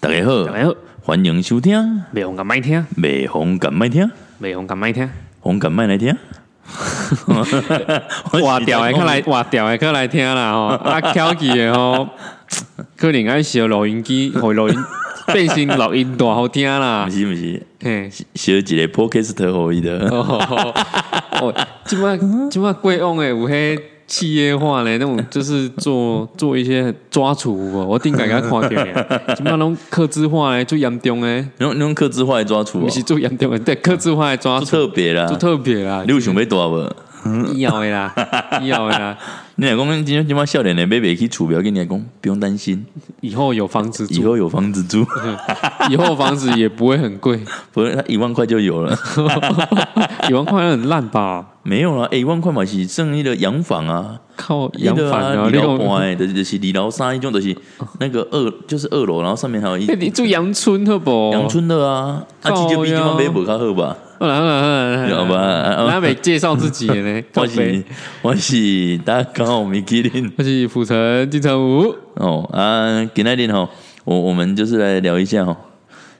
大家好，大家好，欢迎收听袂红敢歹听，美红敢麦听，袂红敢歹听，红敢麦来 听。哇掉的较来，哇掉的较来听啦吼，啊翘起的吼，可能爱小录音机，互录音变成录音大好听啦不。是不是，嘿，小姐的 podcast 好伊的，哦，哦，即摆嗯即摆过往的有迄企业化嘞，那种就是做做一些抓厨无，我顶个甲看着的， 即摆拢客制化嘞，最严重诶，用用克制化来抓出毋哦，是最严重诶，对，客制化的抓就 厨，特别啦最。特别啦你，有想要大无？以后的啦，以后的 啦。你若讲今天今晚少年的买袂起厝标，跟你讲不用担心，以后有房子以住，后有房子 住，以后房子也不会很贵，不是他一万块就有了。一万块很烂吧？没有啦，欸一万块嘛是剩一的洋房啊，靠洋房啊，啊，李你老讲，板的就是李老三一种，就是那个二就是二楼，然后上面还有一那 哎你住阳春好不？阳春的啊，哦啊，靠这就比地呀方买不较好吧？好啦，好啦，好啦，好吧啊啊那没介绍自己的呢，靠我北是我是大家好，我米吉林我是府城金城武，哦啊，今天林吼，我我们就是来聊一下吼，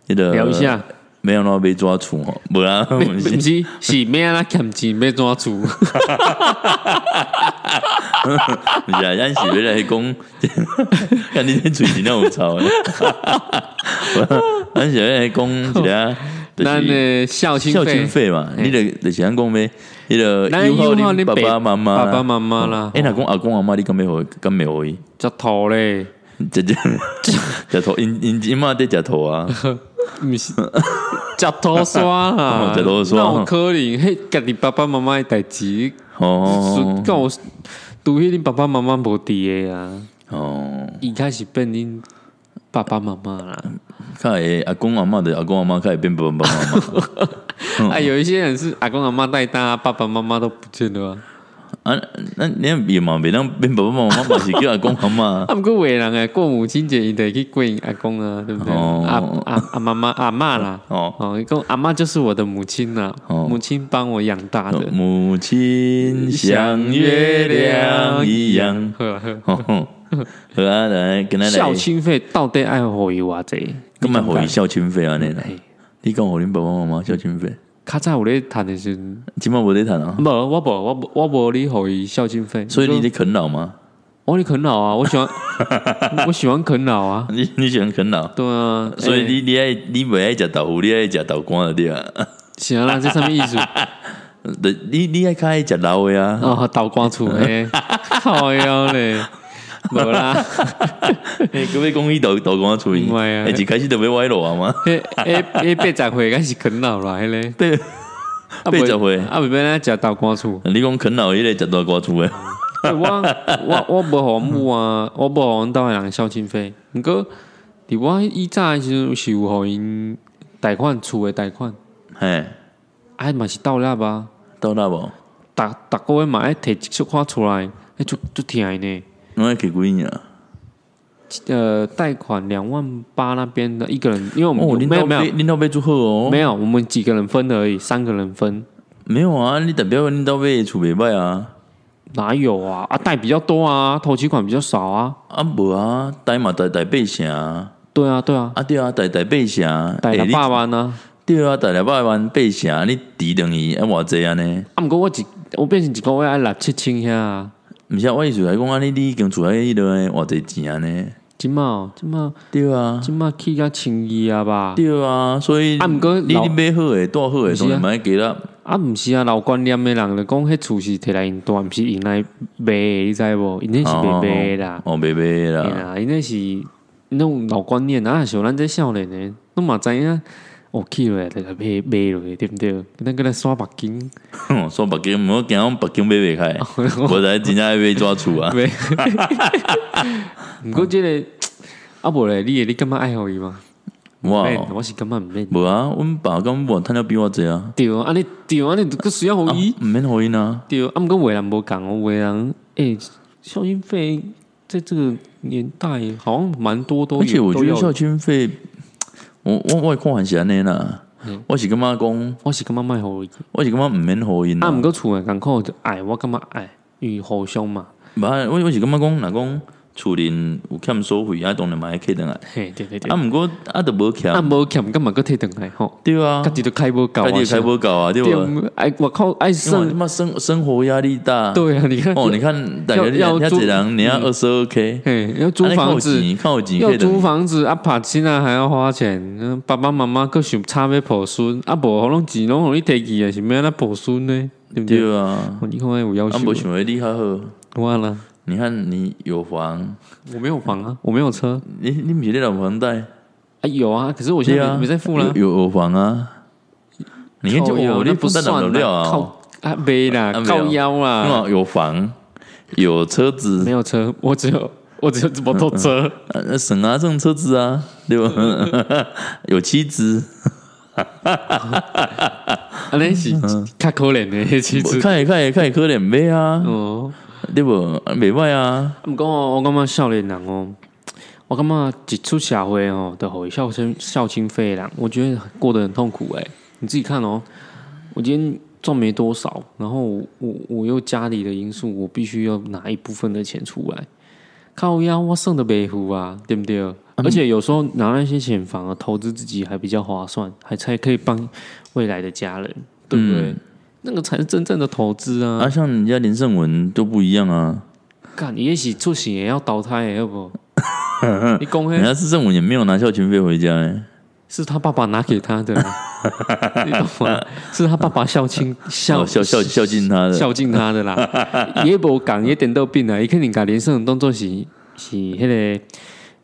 那个聊一下，没有那被抓住吼，啊不然我 不们是是是咩啦？欠钱要怎住？不是啊，咱是要来讲， 看你这嘴型那有吵 诶，啊咱是要来讲一下， 咱的孝心孝费经，费嘛，你的就是安讲咩？迄个咱友好友好恁恁爸爸爸妈妈啦，爸爸妈妈啦哎，若讲阿公阿妈，你敢没互敢没互伊？这头嘞，食食 食土，因因因嘛伫食土啊，不是。石头刷啦，石头山那有可能迄家己爸爸妈妈的代志， 哦跟我拄迄恁爸爸妈妈无伫诶啊，哦，伊开始变恁爸爸妈妈啦。较会阿公阿嬷的阿公阿嬷较会变爸爸妈妈，啊，有一些人是阿公阿妈带大，爸爸妈妈都不见了啊。啊，那你也嘛袂当变爸爸妈妈嘛是叫阿公阿嬷 啊，毋过有的人诶，过母亲节伊得去过因阿公啊，对不对？哦啊啊啊妈妈阿嬷啦，哦哦，伊讲阿嬷就是我的母亲啦，哦母亲帮我养大的，母亲像月亮一样。好啊好啊。好啊，来跟咱孝来，亲费到底爱互伊偌济？干嘛互伊孝亲费啊？你啦嘿你讲互恁爸爸妈妈孝亲费，较早有咧趁的时阵，即满无咧趁啊无，，我无，我无，我无你互伊孝敬费，所以你咧啃老吗？我你啃老啊，我喜欢， 我喜欢啃老啊，你你喜欢啃老？对啊，所以欸你你爱你袂爱食豆腐，你爱食豆干的对啊。 行啦，这上面意思对，你你爱较爱食老的啊？哦，倒光出诶， 靠腰嘞，无啦，欸各位讲伊豆豆干出去，唔是啊欸一开始就要歪路啊嘛。迄迄迄八十岁敢是啃老来咧，对，八八十岁，啊，袂变咱食倒光出 你讲啃老迄个食豆干出的，我我我无互阮母啊，我无互阮兜诶人孝敬费，毋过伫我以早诶时阵是有互因贷款厝诶贷款， 嘿，啊嘛是倒垃啊。到那无？逐逐个月嘛爱摕一束花出来，迄就就疼的呢。拢爱给几年啊？呃，贷款两万八那边的一个人，因为我们、哦，恁没老有没辈有恁老辈祝贺哦没。有，我们几个人分而已，三个人分没有啊，你代表恁老辈厝袂歹啊。哪有啊？啊，贷比较多啊，头期款比较少啊。啊无啊，台嘛台台北城啊，对啊，对啊，啊对啊，台台北城，贷欸了你八万啊。对啊，台台北湾北城，你抵等于啊偌济安尼。啊，毋过我一我变成一个月爱六七千遐啊。毋是啊，我意思来讲，安尼你已经厝喺迄落呢，偌济钱安尼？即嘛哦即嘛对啊，即嘛起到千二啊吧？对啊，所以啊毋过你老你买好诶，带好诶，是当啊然买给啦。啊，毋是啊，老观念的人就讲，迄厝是摕来因住，毋是因来卖的，你知无？因迄是卖卖的啦。哦，袂袂对啦，啦，因为是那种老观念啊，像咱这少年的，拢嘛知影，哦，去落来就来买买落，对不对？咱个来耍目镜，啊哼 说北京，我惊讲北京买袂开， 我才真正要被抓住啊！对。毋过即个啊，无咧，你的你感觉爱互伊嘛？哇，免我是感觉毋免。无啊，阮爸跟阮趁了比我济啊，对，啊你对啊你佫需要互伊毋免互因啊。对，啊毋过为人无共哦，为人诶，孝心费在这个年代好像蛮多都有，而且我觉都得有孝亲费，我我我的看法是安尼啦，嗯我是感觉讲，我是感觉卖互伊。我是感觉毋免互因啊，啊毋。过厝诶艰苦就爱，我感觉爱，因为互相嘛。无啊，我我是感觉讲，若讲厝人有欠收费啊，当然嘛会客等来。嘿，对对对，啊，毋过啊都无欠啊，，无欠干嘛个退转来吼？对啊家，己都开不够啊，家己开无够啊，对对无？，哎，我靠，爱因为他上，妈生生活压力大。对啊，你看，哦，你看，大家人要家租这人，你要二十二 k，啊嘿，要租房子，看我钱，看有钱要可以租等。房子啊，拍钱啊还要花钱，嗯爸爸妈妈各想差要抱孙，啊无可能钱拢互你摕去啊，是要安抱孙呢？对不对？对啊，哦你看我有要啊，无求，想要你较好。我啦，你看，你有房，我没有房啊，我没有车你你不是在老房贷，啊，有啊，可是我现对在啊，没没在付啦有。有有房啊。你看就靠腰我，那你不在算老啦料啊，靠啊，没啦啊，没有靠腰因啦，为有房，有车没子，有车，我只有我只有摩托车，啊那省啊，这种车子啊，对吧？ 有妻子，啊，那是嗯较可怜的，其实。看也看也看也可怜呗啊，哦，对不？没卖啊，毋过哦我感觉少年人哦，我感觉一出社会哦，都好孝心孝心费人，我觉得过得很痛苦哎、你自己看哦，我今天赚没多少，然后我我我又家里的因素，我必须要拿一部分的钱出来，靠呀，我剩的白付啊，对不对？而且有时候拿那些钱反而投资自己还比较划算，还才可以帮未来的家人，对不对？那个才是真正的投资啊！啊，像人家林胜文就不一样啊，干，也许做事也要淘汰的，要不？你讲人迄家市政府也没有拿孝群费回家哎，是他爸爸拿给他 的啦，你懂吗？是他爸爸孝亲孝哦孝孝嗯孝敬他的，孝敬他的啦，也无讲也点到病啦，伊肯定甲连胜当做是是迄、个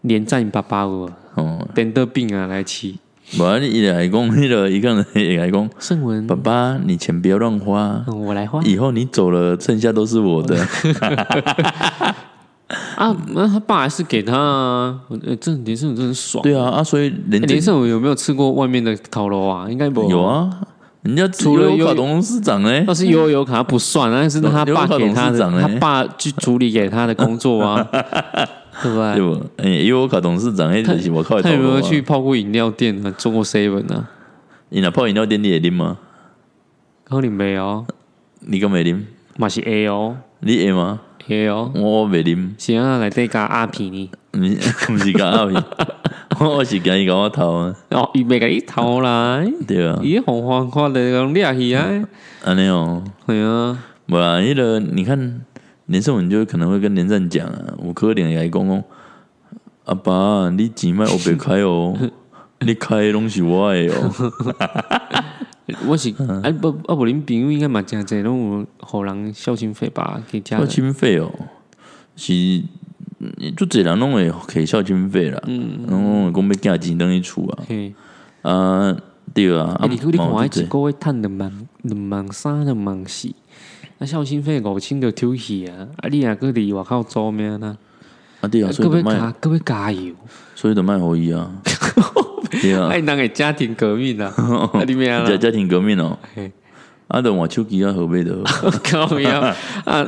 连战爸爸有无？哦，点到病啊来吃。无啊，伊来讲迄个，伊讲伊来讲，胜文，爸爸，你钱不要乱花，嗯我来花以后你走了，剩下都是我的。嗯啊，那他爸还是给他啊。我呃，这连胜文真的爽。对啊，啊，所以人欸家连胜文有没有吃过外面的烤肉啊？应该没有。啊，人家除了有有卡董事长哎要，是悠游卡不算，那是他爸给刘德他华董事的长，欸他爸去处理给他的工 作啊，对不对对？不？哎，也有卡董事长哎，就是我靠，他有没有去？泡过饮料店啊？做过 seven 啊？你哪泡饮料店你也啉吗？可能没有，你敢会啉？嘛是 A 哦你会吗？ ，A 哦，我袂啉，是啊，来底加阿皮呢？毋 是毋是甲 阿伟，我我是惊伊甲我偷啊，哦，伊袂甲你偷来，对啊，伊红黄花的讲掠去啊，安尼哦。系啊，无啦，迄、个你看连胜文就可能会跟连战讲啊，有可能会讲讲，阿爸，你钱莫学白开 哦，你开的拢是我的哦，我是嗯啊不啊不，恁朋友应该嘛真济拢有互人孝心费吧，给家我人经费哦，是嗯就这人拢会给孝经费啦，嗯，然后讲要寄钱等于厝啊，嘿。啊，对啊，啊啊，你你看，我嘛一有很多个月趁两万、两万三、两万四，啊，孝心费五千就抽去啊！啊，你啊，搁伫外口租咩呢？啊对啊，啊，所搁以就要卖，加，搁要加油！所以就卖互伊啊， 对啊哎，，人个家庭革命啊！啊，你咩啊？家家庭革命哦嘿，啊，等换手机啊，何必的？ 靠呀！啊，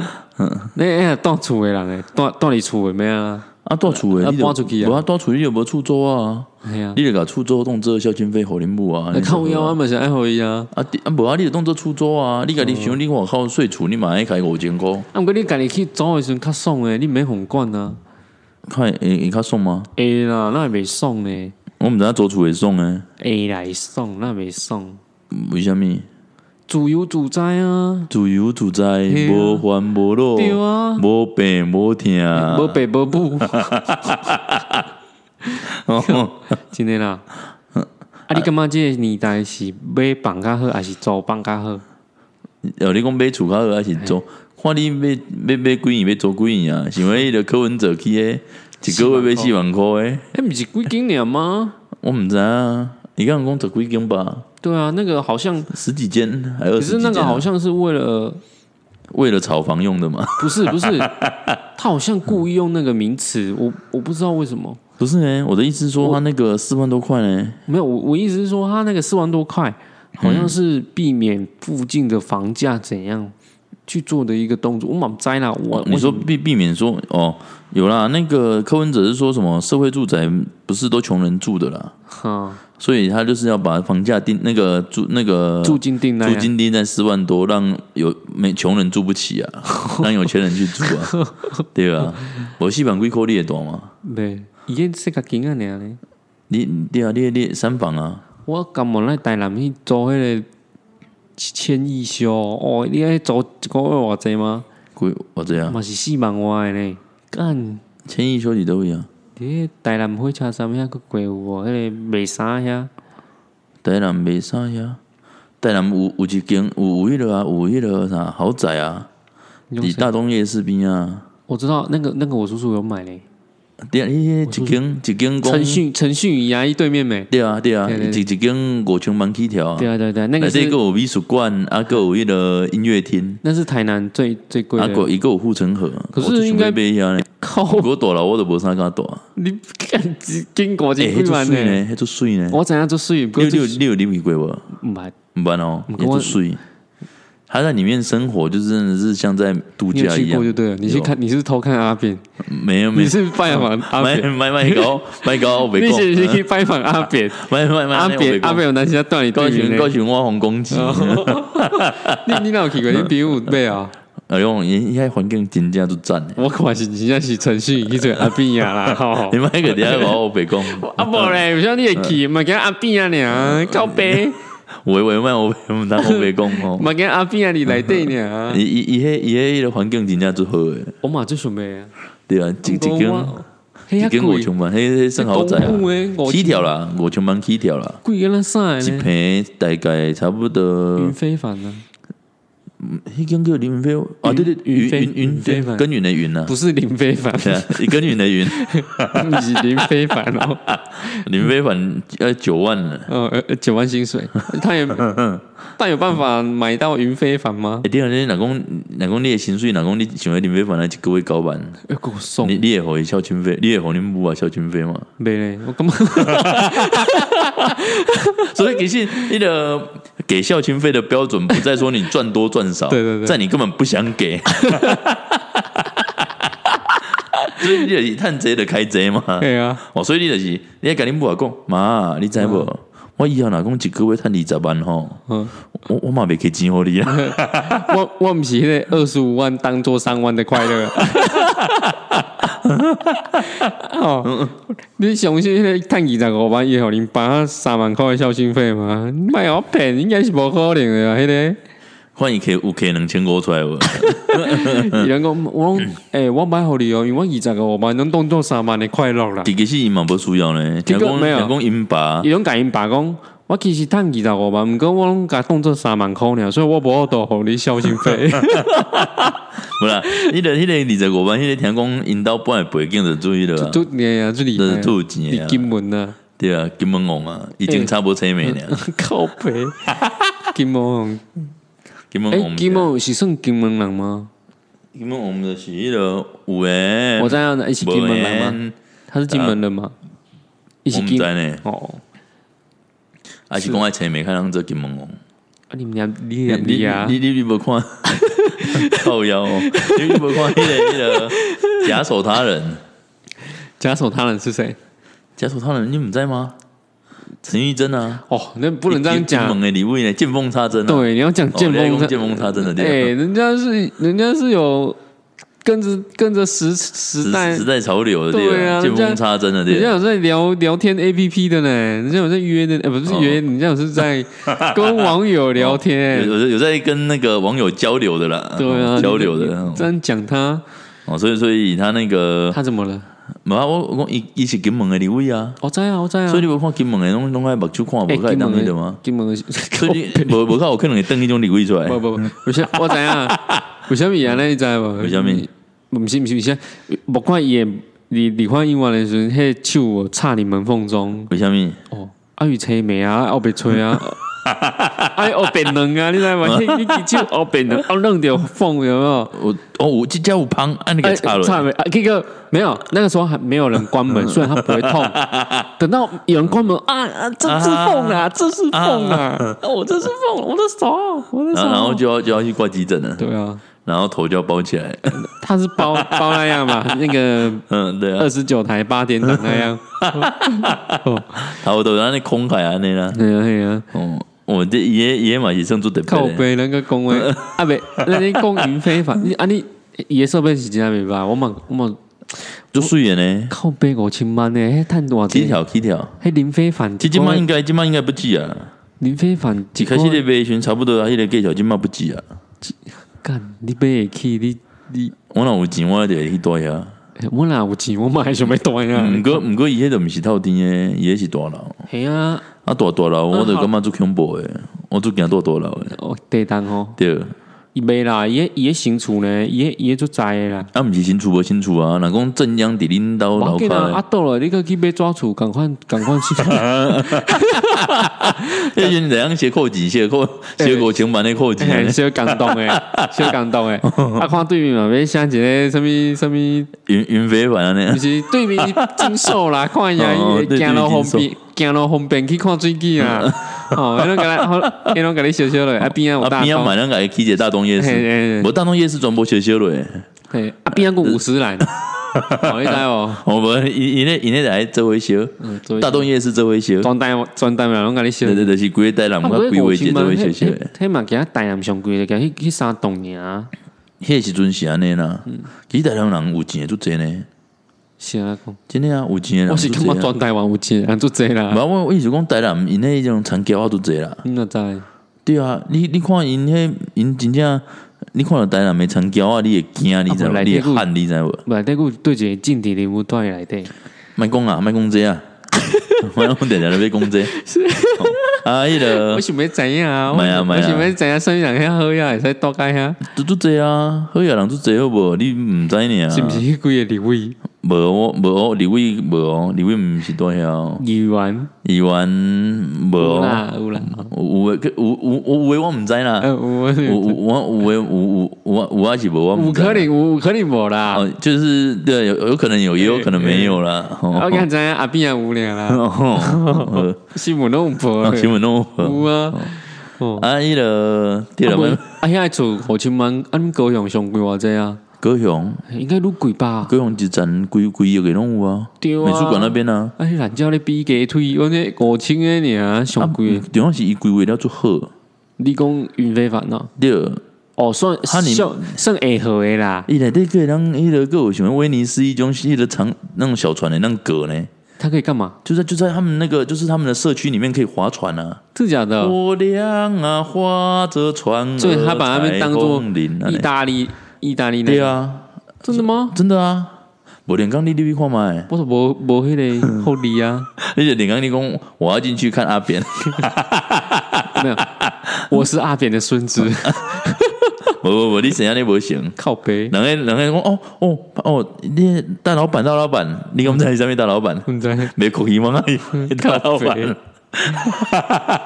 你哎，住厝的人诶，住住你厝的咩啊？啊，住厝诶，啊你就搬出去啊无啊，住厝你就无厝租啊，哎呀，你就甲厝租当做孝亲费互恁母啊啊，靠你就呀，好啊我嘛是爱互伊啊！啊，啊无啊，你就当做出租啊，你家己哦想你外口税厝，你嘛爱开五千箍，啊，毋过你家己去租的时阵较爽诶，你免互管啊。看会会较爽吗？会啦，那也袂爽呢。我毋知影租厝会爽诶，会啦，会爽，那袂爽。为虾米？自由自在啊，自由自在，嘿啊无烦无恼，对啊。无病无痛， 无爸无母，哦真的啦。啊，你感觉这个年代是买房较好，还是租房较好？哦，你讲买厝较好还是租？看你买买买几年，要租几年啊？想要迄个柯文哲去诶，一个月买四万箍诶，哎、不是几经年吗？我毋知啊。你敢讲十几间吧？对啊，那个好像，十几间，还有可十几是间啊、那个好像是为了，为了炒房用的嘛？不是不是， 他好像故意用那个名词，我我不知道为什么。不是呢、我的意思是说，他那个四万多块呢、没有，我我意思是说，他那个四万多块，好像是避免附近的房价怎样去做的一个动作。我满栽啦，我你说我避避免说哦，有啦，那个柯文哲是说什么社会住宅不是都穷人住的啦，哈所以他就是要把房价定那个住那个住进定那租样，金定在四万多，让有没穷人住不起啊， 让有钱人去住啊，对啊，我四万几块你也懂吗？对，伊个世界囝仔尔咧。你对啊，你你三房啊，我感觉咱台南去租迄个千亿销哦，你爱租一个月偌济吗？贵我这样，嘛是四万外的呢。干，啊千亿小姐都一啊样，伫台南火车站遐佫过有无？迄、个卖衫遐，台南没啥呀，台南有有一间有有迄个啊，有迄个啥豪宅啊，你讲伫大东夜市边啊，我知道那个那个我叔叔有买嘞，对啊，迄迄一间一间公陈迅陈迅宇牙医对面没？对啊对啊，对对一对一间五千万起条啊对，啊对啊对啊，那内个底是个有美术馆，啊个有迄个音乐厅。那是台南最最贵啊，的。个一个有护城河，可是我就想应该要买遐呢。靠，如果大了，我都无啥敢大。你看经过诶，真迄几出万水呢？呢，迄出水呢。我知影做水，不你过有你就有你有入去过无？唔系，毋捌哦，嗯迄出水。他在里面生活，就真的是像在度你有啊哦假一去样过。就对了。你去看，你是不是偷看阿扁？没有没你有，是拜访阿买扁？买买搞买搞，我 你袂是不是讲。去拜访阿扁？ 买买买阿扁阿扁，有男生在断你高对哦面雄呢高。雄我红攻击，你你哪有去过？你比我背啊！ 哎呦，伊遐环境真正就赞的。我看是真正是陈迅宇去做阿扁啊 啦！吼你。买个底下我我袂讲，啊无咧，有啥你会去？嘛惊阿扁啊尔，靠背。喂喂卖我袂，唔当我袂讲 哦。嘛跟阿扁啊，你来对呢。伊伊伊迄伊迄个环境真正足好诶，我嘛最想要啊，对啊，一一间。迄一遐间五贵，千万，迄迄算豪宅公啊寓的五千，万起跳啦，五千万起跳啦，贵个那啥一呢？平大概差不多云，非凡啊呢？迄间叫林飞啊，对对，云云飞云云云飞飞吧耕耘的云啊，不是林非 凡，对啊，耕耘的云，不是林非凡哦，林飞凡要九万了，哦，呃九万薪水，他也，但有办法买到云非凡吗？哎，对啊，你若讲若讲你的薪水，若讲你想要林飞凡来一个月九万，要哎给我送你你会互伊孝亲费，你会互恁母啊孝亲费嘛？没嘞？我干嘛？ 所以其实你的给孝亲费的标准不在说你赚多赚少， 对对对在你根本不想给。 所以你就是趁贼的开 贼嘛，对啊，哦，所以你就是你要跟恁母啊讲，妈，你知无？我以后若讲一个月趁二十万吼，嗯，我我嘛袂给钱互你 啊，我我不是那二十五万当做三万的快乐。 哦，你相信那个趁二十五万以后，你把三万块的孝心费吗？你卖我骗，应该是无可能的啊！迄、个。看伊摕有摕两千五出来无？嗯伊人讲，我讲，诶，我买互你哦，因为我二十个我万能当做三万的快乐啦。其实伊嘛无需要呢，结听果讲啊没有听讲因爸伊拢甲因爸讲，我其实趁二十五万，毋过我拢甲当做三万箍尔，所以我无法度互你孝心 费。无啦，迄个迄个二十五万，迄个听讲因兜本来背景就注意了， 就你啊，就你就是做有钱的你啊金门啊，对啊，金门王啊，已经差不多车没了。哎靠背， 金哎门，金门王不诶，是金门是算金门人吗？金门王就是迄个有诶，我知道他是金门人吗？吗？他是金门人吗？伊啊我是毋金知呢，哦，还是讲爱车没看人做金门王？啊，你们俩，你啊们你俩，你你你无看 靠腰哦，你你无看迄个迄个假手他人，假手他人是谁？假手他人你毋知吗？陈玉珍啊，哦，那不能这样金讲门。的礼物呢，见缝插针啊，对，你要讲哦见你要缝讲插见缝插针的哎、对啊。人家是人家是有跟着跟着时时代，时时代潮流的对对啊啊，见人家缝插针的对人啊家。有在聊聊天 A P P 的呢，人家有在约的，呃、不是哦约，人家有是在跟网友聊 天、有有有在跟那个网友交流的啦，对啊，交流你的你这样讲他，哦，所以所以他那个，他怎么了？无啊，我我讲伊伊是金门的李位啊，我在啊，我在啊。所以你无看金门的拢拢爱目睭看，无哎看会当迄的吗？？金门的， 所以你无无看有可能会当迄种李位出来，不不不，有啥我 知啊，有啥米啊？那你知无？为什么？啊不是不是，不是，莫看伊的，你你看英文的时候，迄手有插你门缝中。为什么？哦，啊有吹梅啊，后被 吹啊，啊后变冷啊，你知嘛？你你只手后变冷，后啊弄掉缝有没有？我哦，有即家有芳，啊，你给插嗯差了，没啊？这个没有，那个时候还没有人关门，虽然它不会 痛。等到有人关门啊啊，这是缝啊，这是缝啊，啊我这是缝，我的手，我的然后然后手。就要就要去挂急诊了。对啊，然后头就要包起来。它是包包那样嘛，那个 嗯，对啊二，十九台八点档那样。 差不多，然后那空海安尼啦。对啊对啊，哦，我这爷爷嘛是算做特别靠的，背那个 讲话啊袂，那你讲云非凡，你啊你伊的设备是真的袂歹，我嘛我嘛做水的呢，靠背五千万呢，迄趁偌起济，条起条。迄林非凡，这今嘛应该，今嘛应该不止啊。林非凡一一开开始始咧卖的时阵差不多啊，迄个价钱今嘛不止啊。干，你买会起你你，我若有钱，我就会去住遐。欸我若有钱，我嘛会想要断啊，毋过毋过，伊迄个毋是透天诶，伊迄是大楼。系啊，啊，大大楼，我就感觉做恐怖诶，我做惊大大楼诶。哦地动吼，对，伊袂啦，伊的伊的新厝呢，伊的伊的做在的啦。啊，毋是新厝无新厝啊，若讲正央伫恁兜我楼见啊，骹啊倒了，你去去买抓厝，赶快赶快去。迄阵怎样写扣几写扣写五千万的扣啊几？ 嘿小感动诶，小感动诶！啊，看对面嘛，要写一个什物什物，云云飞啊凡安毋尼，是对面金手啦，看一下哦伊对行到对方便，行到方便去看水机啊！哦，迄种甲咱，迄种甲你小小咧，啊边 啊有啊大边啊买东，两个起一个大东夜嘿市，嘿嘿无大东夜市全部小小落的。嘿，啊边啊个五十兰，哦，你知无？哦无伊伊咧伊咧来做回烧，嗯，做大东夜市做回烧，专单专单嘛，拢甲你小对。对对，是规个台南啊甲规划节做回烧烧的。迄嘛给他台南上贵的，给迄迄三栋尔，迄时阵是安尼啦，嗯其实台南人有钱就济呢，是啊，讲真的啊有钱的人我是很感多觉啊全台湾有钱的人足济啦，无我我意思讲台南因迄种产业我都济啦。你哪知？对啊，你你看因迄因真正，你看到台南的长桥啊，你会惊，你知啊无？不然你会这久喊，你知无？内底佫有对一个政治人物住伫内底，莫讲啊，莫讲这 啊，莫讲定定咧要讲这。哦啊，迄 我个想要知影啊，我买啊买啊我想要知影什物人遐好呀，会使倒街遐，都都这啊，好野人都这好无？你毋知呢啊？是毋是？迄几个立委无我无哦，李伟无哦，李伟毋是住遐哦，议员？伊原无有哦，啦有啦，有诶，有有有诶，我毋知呃啦。有有有有我有诶，有有我有啊是无我毋有知可。能有有可能无啦，哦，就是对，有有可能有，也有可能没有啦。哦啊我敢知影阿边也有俩啦， 哦，新闻拢有报呃的，新闻弄有啊。哦，啊，迄个对啊了，不阮啊，遐厝五千万，啊，恁高雄上贵偌济啊？高雄，应该愈贵吧？高雄一站几几亿个拢有啊，对啊美术馆那边啊，啊，迄人家咧比鸡腿，阮迄五千诶尔，啊上贵的。对方啊是伊规划了做好，你讲运费烦恼？对，哦，算哈你算算会好的啦。伊内底个人迄个个有喜欢威尼斯一种迄个长那种小船的那种阁呢，他可以干嘛？就在就在他们那个就是他们的社区里面可以划船啊，真假的？我俩啊划着船，哦所以他把他们当做林啊意，大利，意大利那对个，啊，真的吗？真的啊，无连刚你你去看嘛，我说无 无迄个后利啊，而且连刚你讲我要进去看阿扁。 没有，我是阿扁的孙子， 无无无，你怎样你无行？靠背，人个人个讲哦哦哦，你大老板大老板，你敢知是啥物大老板？你知道？没口音吗？哎 大老板，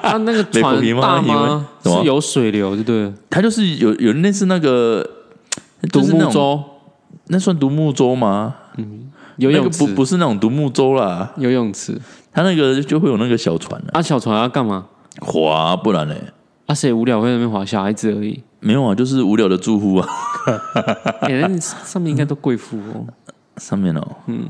啊，那个美国船皮吗大以为吗？什么是有水流，对不对？他就是有有类似那个独就是那木种舟、那算独木舟吗？游那个泳不池、不是那种独木舟啦，游泳池。他那个就会有那个小船啊，啊，小船要干嘛？划，不然嘞啊，谁无聊会在那边滑？小孩子而已。 没有啊，就是无聊的住户啊， 哎、那你上面应该都贵妇哦。上面哦，嗯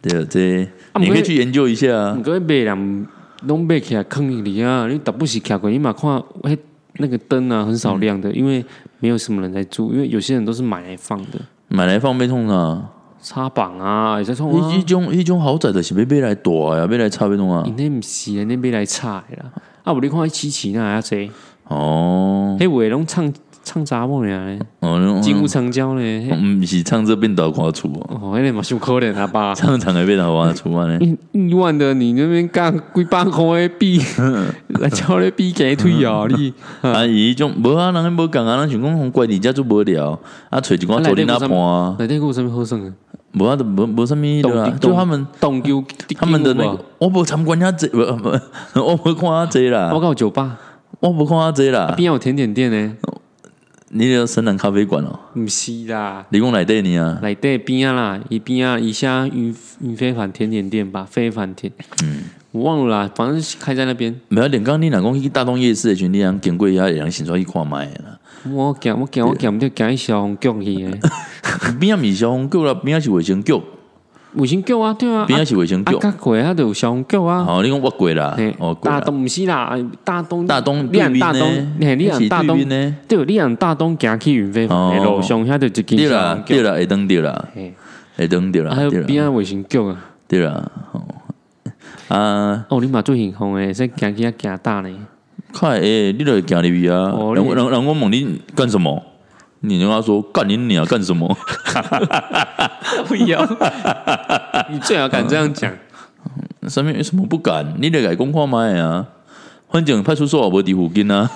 对啊，这啊你不可过以去研究一下啊你，各位买人拢买起来坑里里啊，你打不起卡过，你嘛看哎那个灯啊很少亮嗯的，因为没有什么人在住，因为有些人都是买来放的，买来放被冲啊，插板啊也在冲啊嗯一。一种一种豪宅的是要买来大呀，买来插被冲啊你，那不是的，那边来插的啦。啊，无你看伊起起那遐济，哦。迄话拢唱唱查某尔呢，哦，那金屋藏娇呢。迄嗯，毋是唱这变倒看厝哦，哦，迄个嘛伤可怜啊吧。唱唱个变倒看厝啊安尼。一一万的，你那边干几百块的币，嗯来叫你币给退哦，你 啊，伊迄种无啊，人迄无共啊，咱想讲互怪伫遮做无聊，啊，找一寡做恁阿伴啊，内底还有什么好耍的？无啊，就无无啥物对啊，懂就他们动球，他们的那有吧个，我无参观遐济，无 无，我无看遐济啊我啦，搞酒吧我无看遐济啦，边有甜点店呢？你迄个深蓝咖啡馆哦，不是啦，你讲内底呢啊，内底边啊啦，伊边啊，伊写云云非凡甜点店吧，非凡甜。嗯，我忘了啦，反正是开在那边。没有，连刚你若讲去大东夜市的时阵，你人经过遐，会人先出去看卖啦。我惊我惊我惊毋着惊去消防局 去诶，边啊毋是消防局啦，边啊是卫生局，卫生局啊，对啊，边啊啊是卫生啊局。甲过遐就有消防局啊。哦，你讲我过啦嘿，哦，过大啦。东毋是啦，哎大东大东你对按面大呢东，？嘿，你那按是大对东面呢？对，你按大东行去云飞哦诶路上遐就一间对消啦防，对局，啦，会当对啦嘿，会当对啦，还有对边啦，啊卫生局啊。对啦。哦啊，哦，你嘛最幸福诶，说行去遐行 大呢。快诶，你就会行入去啊。哦人你人人我问你干什么？你就跟他说干你娘干什么？ 不要， 你最好敢这样哦讲。上面有什么不敢？你得改公看卖啊。反正派出所也无伫附近啊，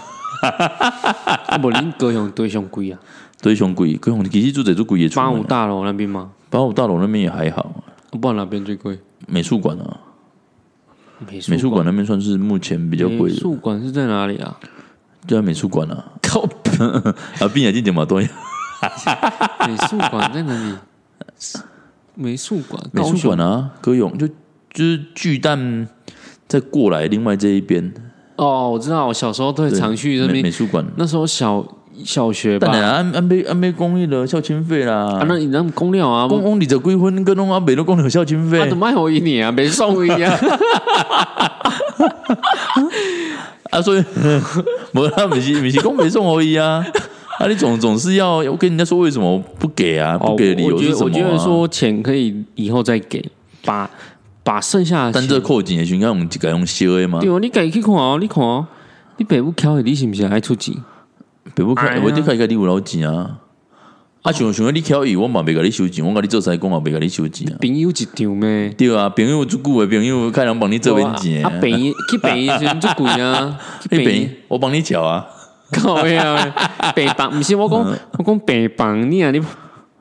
啊，无恁高雄对上贵啊，对上贵，高雄其实做这做贵也出八门五啊。大楼那边吗？八五大楼那边也还好，啊不然哪边最贵？美术馆啊，美术美术馆那边算是目前比较贵美的，术馆是在哪里啊？就在美术馆啊，靠， 啊，毕业进点嘛多， 美术馆在哪里？美术馆，美高术雄馆啊，歌咏就就是巨蛋再过来另外这一边，哦，我知道，我小时候都很常去这美边。美啊术馆。那时候小小学吧当，然安安倍安倍公益的校庆费啦啊，，那你让公了啊，公我公你的归婚跟弄阿北都公有校庆啊，费怎么还回你啊？没送你啊，啊，所以 我他美是美是公没送而已啊，啊，你总总是要我跟人家说为什么不给啊， 不给的理我由哦我觉是得什我觉么得啊？说钱可以以后再给，把把剩下的但钱这扣紧也应该用改用啊 C A 吗？对哦，你家己去看哦，你看哦，你爸母巧的，你是不是爱出钱？啊北部哎开，呀我就开个你有老钱啊！啊，想想你巧伊，我嘛袂甲你收钱，我甲你做师工嘛袂甲你收钱啊！朋友一场咩？对啊，朋友足久的朋友，开人帮你做文钱啊，啊，啊，哎便宜去便宜的时阵最贵 啊，去你便宜平我帮你缴啊！ 靠位啊，病房毋是我讲嗯我讲病房，你啊你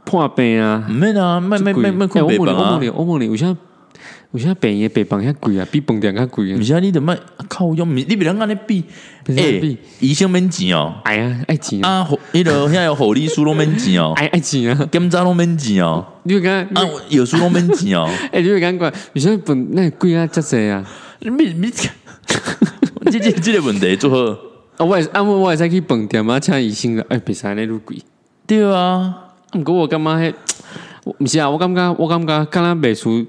破病啊毋，免啊，卖卖卖卖看我白问房你，啊我问你，！我问你，有啥有啥便宜的病房遐贵啊？比饭店较贵啊毋？是啊，你得卖靠用，你别人安尼比，别人安尼比诶，医生免钱哦，哎呀，爱钱啊，啊，护迄落遐有护理师拢免钱哦，哎爱钱啊！检查拢免钱哦，你敢啊，药师拢免钱哦，哎，你敢怪？有啥本那贵啊？遮济啊？你你，这这这个问题做好。啊，我也是啊，我我会使去饭店啊，请医生啊，哎，别使安尼愈贵。对啊，毋过我感觉迄，我毋是啊，我感觉我感觉敢若袂输，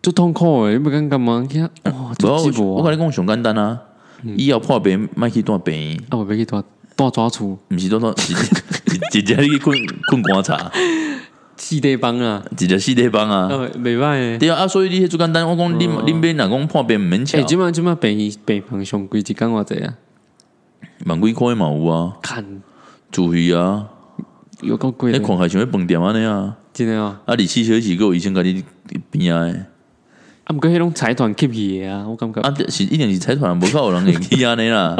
足痛苦诶，你不感觉吗？你看，哇，不要足寂寞我啊！跟你讲上简单啊，以后破病莫去断病，啊，我袂去大大抓厝，毋是多多直直接去困困观察，四地帮啊，直接死地方啊，啊。袂歹诶。对啊，啊，所以你迄最简单，我讲你你免若讲破病毋免啊诶，钱，即摆即摆病病房上贵一工偌济啊？万几块嘛有啊，看自费啊，有够贵你的，看还想要饭店安尼啊，真诶哦。啊，二十四小时还有医生甲你边仔啊，毋过迄种财团吸去诶啊，我感觉的，啊，这是一定是财团无靠有人会去安尼啦，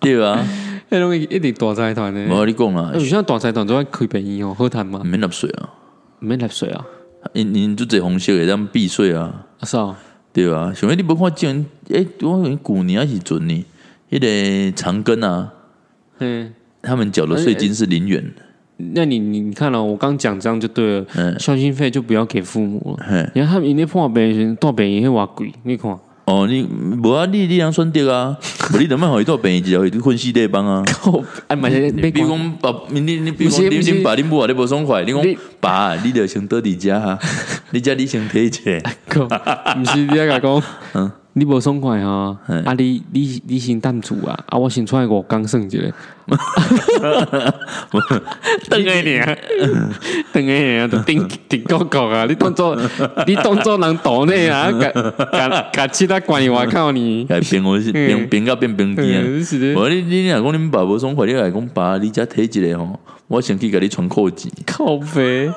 对啊，迄种一定大财团诶。无你讲啦啊，有啥大财团做爱开便宜哦，好趁毋吗？免纳税啊，毋免纳税啊，因因做这方式会当避税啊。啊是哦，对啊，想要你无看前，诶、我讲旧年还是准年，迄、个长庚啊，嗯。他们缴的税金是零元，那你你你看了、哦我刚讲这样就对了，嗯孝心费就不要给父母了。嘿，你看他们那破病的时候，大病也会话贵，你看，哦，你无啊，你你通选择 啊，无你怎么互伊做病治疗，伊混死地方啊。哎，买些你被比如光，讲爸，你你你比如不讲，是你不是先爸恁母啊，你无爽快，你你讲爸，啊你着先倒伫遮 啊，你遮你先摕者，靠， 不是你要讲，嗯，你无爽快哈、嗯啊你你你先淡住啊，啊我先出来五工算一下， 等下你， 等下你，就 顶顶高高啊，你当做你当做人岛内 啊，甲甲甲其他关系外 口呢，来哎变我是变变到变变嗯，变啊。 是的，无你你若讲恁爸无爽快，你来讲爸，啊你遮摕一个吼，我先去甲你存扣钱。靠 背，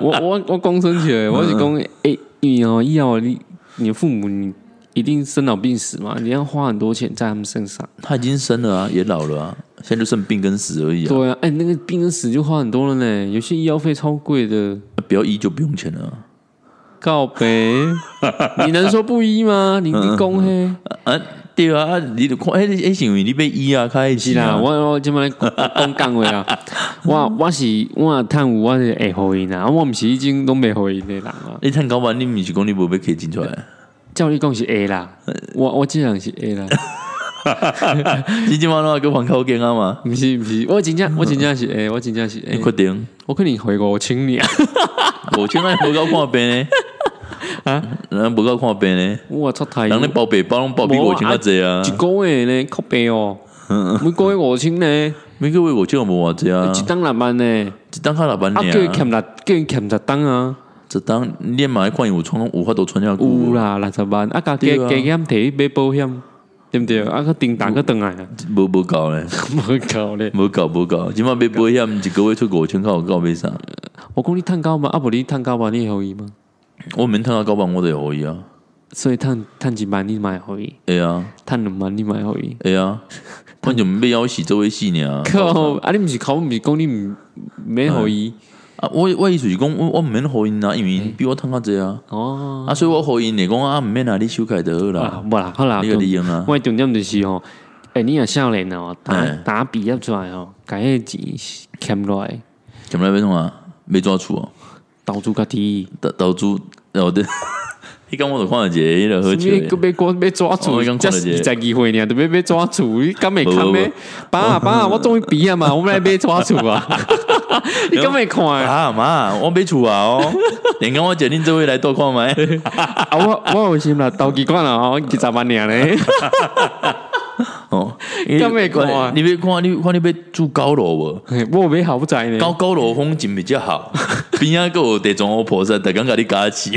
我我我讲生起来，我是讲，哎、你哦，以后你你父母你一定生老病死嘛，你要花很多钱在他们身上。他已经生了啊，也老了啊，现在就剩病跟死而已啊。对啊，哎、那个病跟死就花很多了呢，有些医药费超贵的。不要医就不用钱了啊。告白，你能说不医吗？嗯你你讲嘿，啊，对啊，啊，你就看，哎、哎，是因为你被医啊，开是始啦，啊，我我今麦讲讲话啊，我我是我贪有我是会回应啊，我毋是已经拢袂回应的人啊，你趁九万，你毋是讲你无被开钱出来？照你讲是 A 啦，我我这样是 A 啦，你今晚那个黄口镜啊嘛，不是不是，我真正我真正是 A，我真正是你 A，确定？我肯定回五千你啊，五千块无够看病呢？啊，人无够看病呢？我出台，人咧包背包拢包比五千较济啊，嗯一个月呢靠背哦，每个月五千呢，每个月五千无偌济啊，一单六万呢，一当较六万啊叫伊尔，欠六，叫伊欠十单啊，一当你嘛要看伊有创有法度穿遐有久，啦六十万，啊加加对啊加减提买保险，对不对？啊个订单个等来啊，无无够咧，无够咧。无够无够，即满买保险一个月出五千块有够买啥？我讲你趁九万，啊无你趁九万，你会互伊吗？我免趁到九万我就互伊啊，所以趁趁一万你嘛会互伊，会啊趁两万你嘛会互伊。会啊，反正买要死做位死尔。靠！啊你毋是靠，毋是讲你毋免互伊啊，我我意思是讲，我我毋免互因啊，因为因比我趁较济啊，嗯哦。啊，所以我互因会讲啊，毋免啊，你修改就好啦，啊，无啦，好啦，你个利用啊，我的重点就是吼，诶，你若少年哦，打哎打毕业出来哦，家迄钱欠落来，欠来要创啊，要怎厝哦，投资家己。投投资，哦 对，迄工我就看到一个迄个好笑的，你个要讲要抓哦住，我刚看才到一个二十二岁呢，特别要抓住，你敢会不看不咩不？爸啊爸啊，我终于毕业嘛，我们来买抓住啊！你敢会看啊？啊妈，我买厝啊 哦，连讲我决定这位来多看买，啊，我我有心啦，投机款啦，吼，二十万尔咧，哦， 敢会看啊你要看你看你要住高楼无？嘿我有买好不在呢。高高楼风景比较 好，边仔个有地藏王菩萨，逐工甲你加持，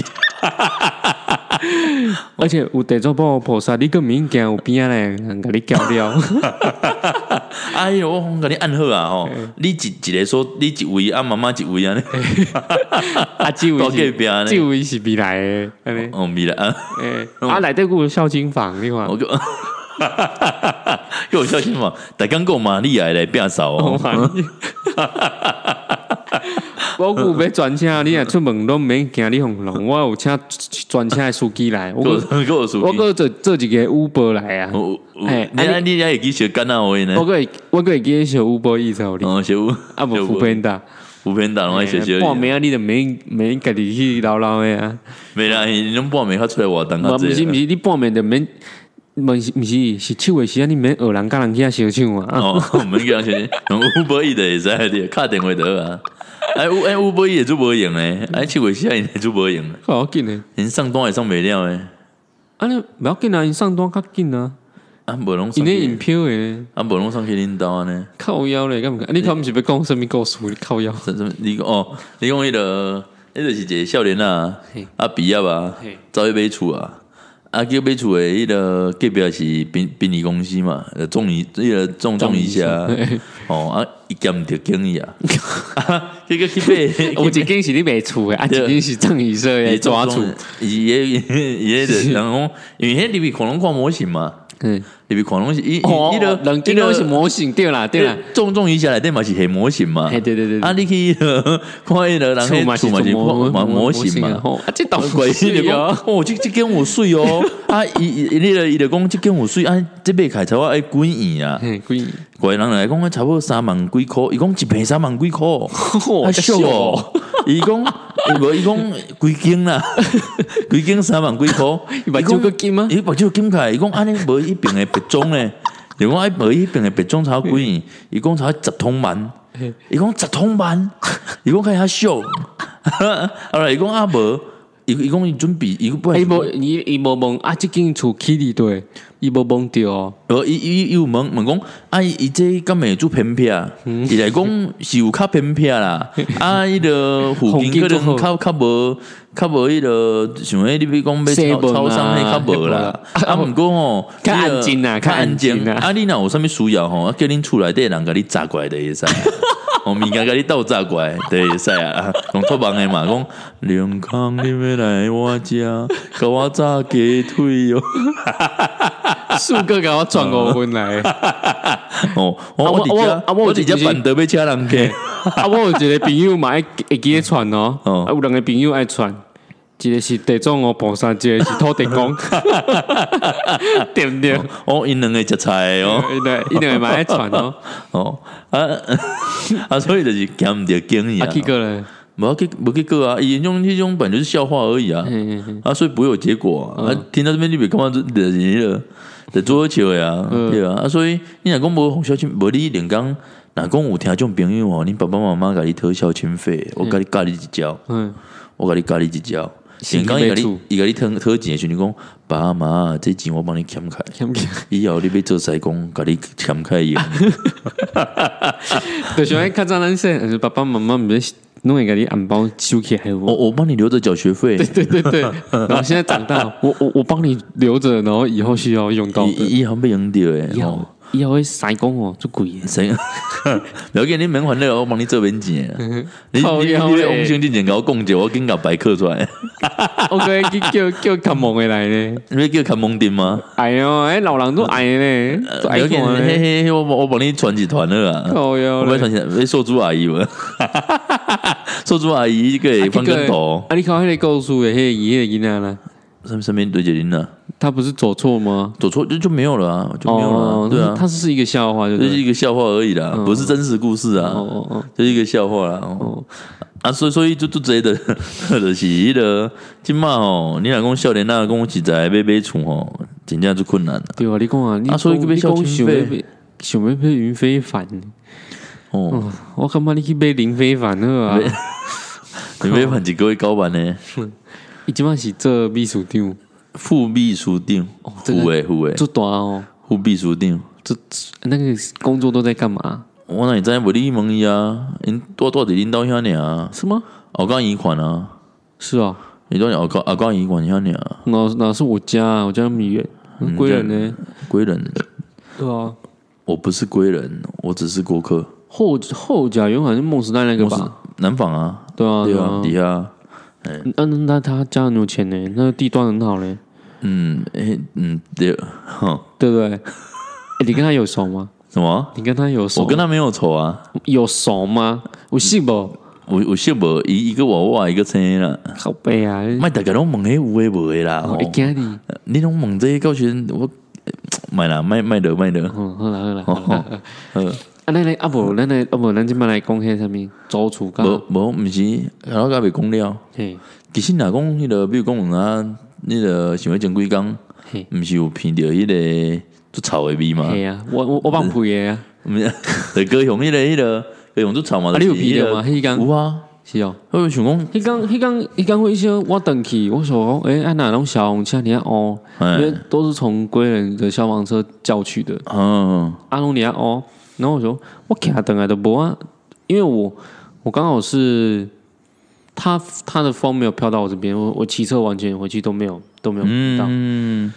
而且有地藏菩菩萨，你更免惊有边仔咧，人甲你叫了。哎哟，我讲甲你按好啊吼，你一一个说你一位啊，妈妈一位安尼。啊，即到位隔壁呢是即位是未来的，安尼。哦，未来啊， 诶，啊，内底还有孝经房，你看。我个，给我小心嘛，大刚够玛丽来来变少我哦，嘛你 我还有要专车，你若出门拢免惊你红龙。我有请专车的司机来，我给我还给我我手机还做做一个 Uber 来啊。哦，哎哎，你啊你你也记学干那位呢我还？会我还会记得小 Uber 意思你，哦，学有啊无副班的。副片打拢爱学学，半暝啊，你就免免家己去捞捞的啊。没啦，你拢半暝较出来活动无较毋是毋济。啊是，你半暝就免，毋是毋是是手的时啊，你免学人甲人去遐相抢啊。 哦，我们讲先，用乌波伊的会使的，敲电话得 啊。哎，乌哎乌波伊也做无用诶，哎，七月下因也做无用诶，较要紧诶，因上单也上袂了诶，啊你不要紧啊，因上单较紧啊，啊，无拢因上咧影去，票诶，啊，无拢上去啊恁兜安尼。靠腰咧，敢毋敢？你敢毋是要讲什物故事？你靠腰。什什么？你讲哦，你讲迄个，迄就是一个少年啊嘿，啊毕业啊嘿，走去买厝啊，啊叫买厝的迄个隔壁是殡殡仪公司嘛，呃，中一迄个中中一下中一下，哦啊，伊兼着经理啊， 啊，这个去买，有一间是你卖厝诶，啊，一对间是郑医生诶抓厝。，伊伊伊伊就是人讲，因为迄入去恐龙看模型嘛，嗯，入去恐龙是伊伊哦伊，个两间都是模型，对啦对啦。重重一下来，对嘛是黑模型嘛？嘿对对对对啊，你去看迄个人嘛迄是厝嘛是模模型啊 嘛？吼，啊，这倒怪 鬼伊是就讲哦。哦，即即间有水哦，啊，伊伊迄个伊就讲即间有水，啊，即买开才我爱几元啊？嘿，贵。怪人来讲，啊差不多三万几箍，伊讲一平三万几箍，啊这俗哦，伊讲伊无伊讲几间 啦，几间三万几箍，目睭够金吗伊目睭金起来，伊讲安尼无迄边的白种 咧，伊讲哎无迄边的白种差不多几年，伊讲差不多十通万，伊讲十通万，伊讲看遐 俗，后来伊讲啊无，伊伊讲伊准备伊不伊哎无伊伊无问啊，即间厝起伫对，伊无问着哦。无伊伊伊有问问讲，啊伊伊这敢会做偏僻啊？嗯伊来讲是有较偏僻啦， 啊伊个附近可能较较无较无迄个，像迄你比如讲西要门超啊超商迄较无啦。啊毋过吼，较你安若静啊较安静啊啊你若有啥物需要吼，啊叫恁厝内底人甲你炸过来就会 使。我物件甲你斗炸过来就会使啊，讲托梦诶嘛，讲梁康你要来我家，甲我炸鸡腿哦哟。四个甲我转五分来，哦，啊我我我我伫遮啊我有我一伫遮个板德要请人客，啊，我有一个朋友嘛，爱会记得传哦，哦啊，有两个朋友爱传，一个是地藏王菩萨，一个是土地公， 对不对？哦， 因两个食菜的哦，伊两伊两个嘛 爱传哦，哦啊啊，所以就是兼着经验啊，去过咧，没要给没给个啊，研究那种本来就是笑话而已啊，啊，所以不会有结果嗯啊。啊听到这边你别干嘛就惹人了，得做球呀，嗯对啊，啊，所以你若讲无红孝亲，无你连讲，若讲有听种朋友哦，你爸爸妈妈甲你讨孝亲费，我甲你教你一招，嗯，我甲你教你一招。心连里讲伊甲被触你伊甲你讨讨钱的时阵，你讲爸妈，这钱我帮你欠开，欠欠以后你要做师工，甲你欠开用。 就是爱较早咱说，爸爸妈妈毋是弄会甲你红包收起来有无我我帮你留着缴学费，对对对，然后现在长大，我我我帮你留着，然后以后需要用到的。以以后被用掉诶。以哦后以后会塞工哦， 做鬼的。谁？不要紧，你免烦恼，我帮你做免钱的啦。你嗯靠你你腰你欸红星进前甲我讲者，我紧甲白刻出 来。我可去叫叫看梦的来呢。你要叫看蒙丁吗？哎呦，哎老人都矮呢，都不矮要紧，看嘿呢。哦嘿嘿，我我帮你传一团了啦。啊欸靠我腰欸帮你嘞，传起来，要寿珠阿姨 无？寿珠阿姨个翻跟头，啊！你看那个故事的那个爷爷囡仔啦，身身边对着您了，他不是走错吗？哦走错就就没有了啊，就没有了啊。对啊，他是一个笑话，就这是是一个笑话而已啦，不是真实故事啊。哦哦哦，这是一个笑话啦。哦，啊，所以所以就就这的， 就是迄个即嘛吼，你若讲少年啊，讲一在买买厝吼，真正就困难啦。对啊，你讲啊，你啊所以讲要你孝讲亲想费要被想要被云非凡，哦，我感觉你去买林非凡好啊，哦你买办一个月九万呢？伊即摆是做秘书长，副秘书长，哦这个副诶副诶，做大哦，副秘书长，做那个工作都在干嘛？我哪会知无你问伊啊？因多多伫恁兜遐尔啊，什么？后港银款啊，是啊，伊都后港后港银款遐尔啊，哪哪是我家啊？我家那么远，贵人呢？归人，对啊，我不是归人，我只是过客，后后甲原本是梦时代那个吧？南纺啊，对啊，对对啊，啊。底下。那那那他家很有钱呢，那个地段很好嘞，嗯，诶，嗯，对，哼，对不对？ 诶你跟他有熟吗？什么？你跟他有熟？我跟他没有仇啊，有熟吗？有信不？我我谢无一一个娃娃一个车啦，靠背啊！卖大家拢问迄有诶无诶啦，我吼会惊你。你拢问这些教学生，我卖啦卖卖得卖得，嗯，好啦好啦。好啦哦，呃，啊，咱来啊无，咱来啊无，咱即摆来讲迄啥物租厝噶？无无毋是，然后甲袂讲了，嘿，其实若讲迄个，比如讲有啊，迄个想要前几工，嘿，毋是有闻着迄个做臭诶味嘛，嘿啊，我我我放屁的啊，毋是，就高雄迄个迄个高雄做臭嘛，啊你有就是闻到个吗那天有啊，是哦。我就想讲，迄工迄工迄工，我一些我等去，我想讲，诶，安那拢消防车你遐哦，因为哎，都是从归仁的消防车叫去的，嗯。阿龙你遐哦，然后我说我徛等来都无啊，因为我我刚好是他他的风没有飘到我这边，我我骑车完全回去都没有都没有碰到，嗯，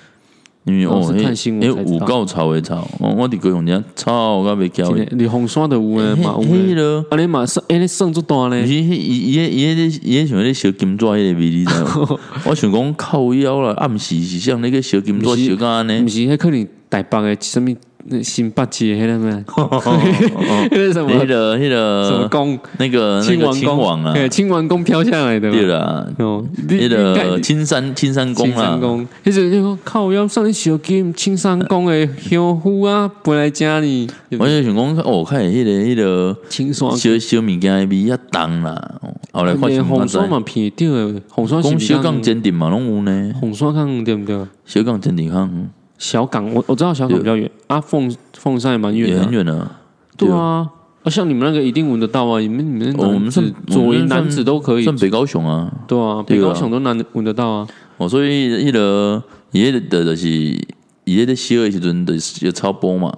因为我哦，是看新闻才知道有够吵的吵，我我伫高雄人吵到袂叫真的的，你红山的有诶嘛有迄诶，咯，啊你嘛算诶你算足大毋咧是，迄伊伊伊咧伊咧想咧小金纸迄个味，你知无？我想讲靠腰啦，暗时是像那个小金不纸是小甲安毋尼，是迄可能台北诶什物新北市迄 个咩，哦 迄个什迄么个迄什么个宫。那个那亲个王亲宫王啊，哎，清王宫飘下来的嘛对，啦，哦，迄你个青山青山青宫山啦，宫，迄阵就说靠，要上你小金青山宫的香菇啊，本来家里我就想讲哦，看迄个迄个青山宫，小小物件的味较重啦，哦后来发现连我啊红知山嘛偏掉的，红山讲是小港港，坚定嘛拢有呢。红山港对不对？小港真抵抗小港，我我知道小港比较远，啊，凤凤山也蛮远也的很啊，远啊。对啊。啊，像你们那个一定闻得到啊！你们你们哦我们是算我左们营算男子都可以，算北高雄啊。对啊，对啊北高雄都难闻得到啊。哦，所以迄个伊迄个就是伊迄个小的时阵就是超波嘛。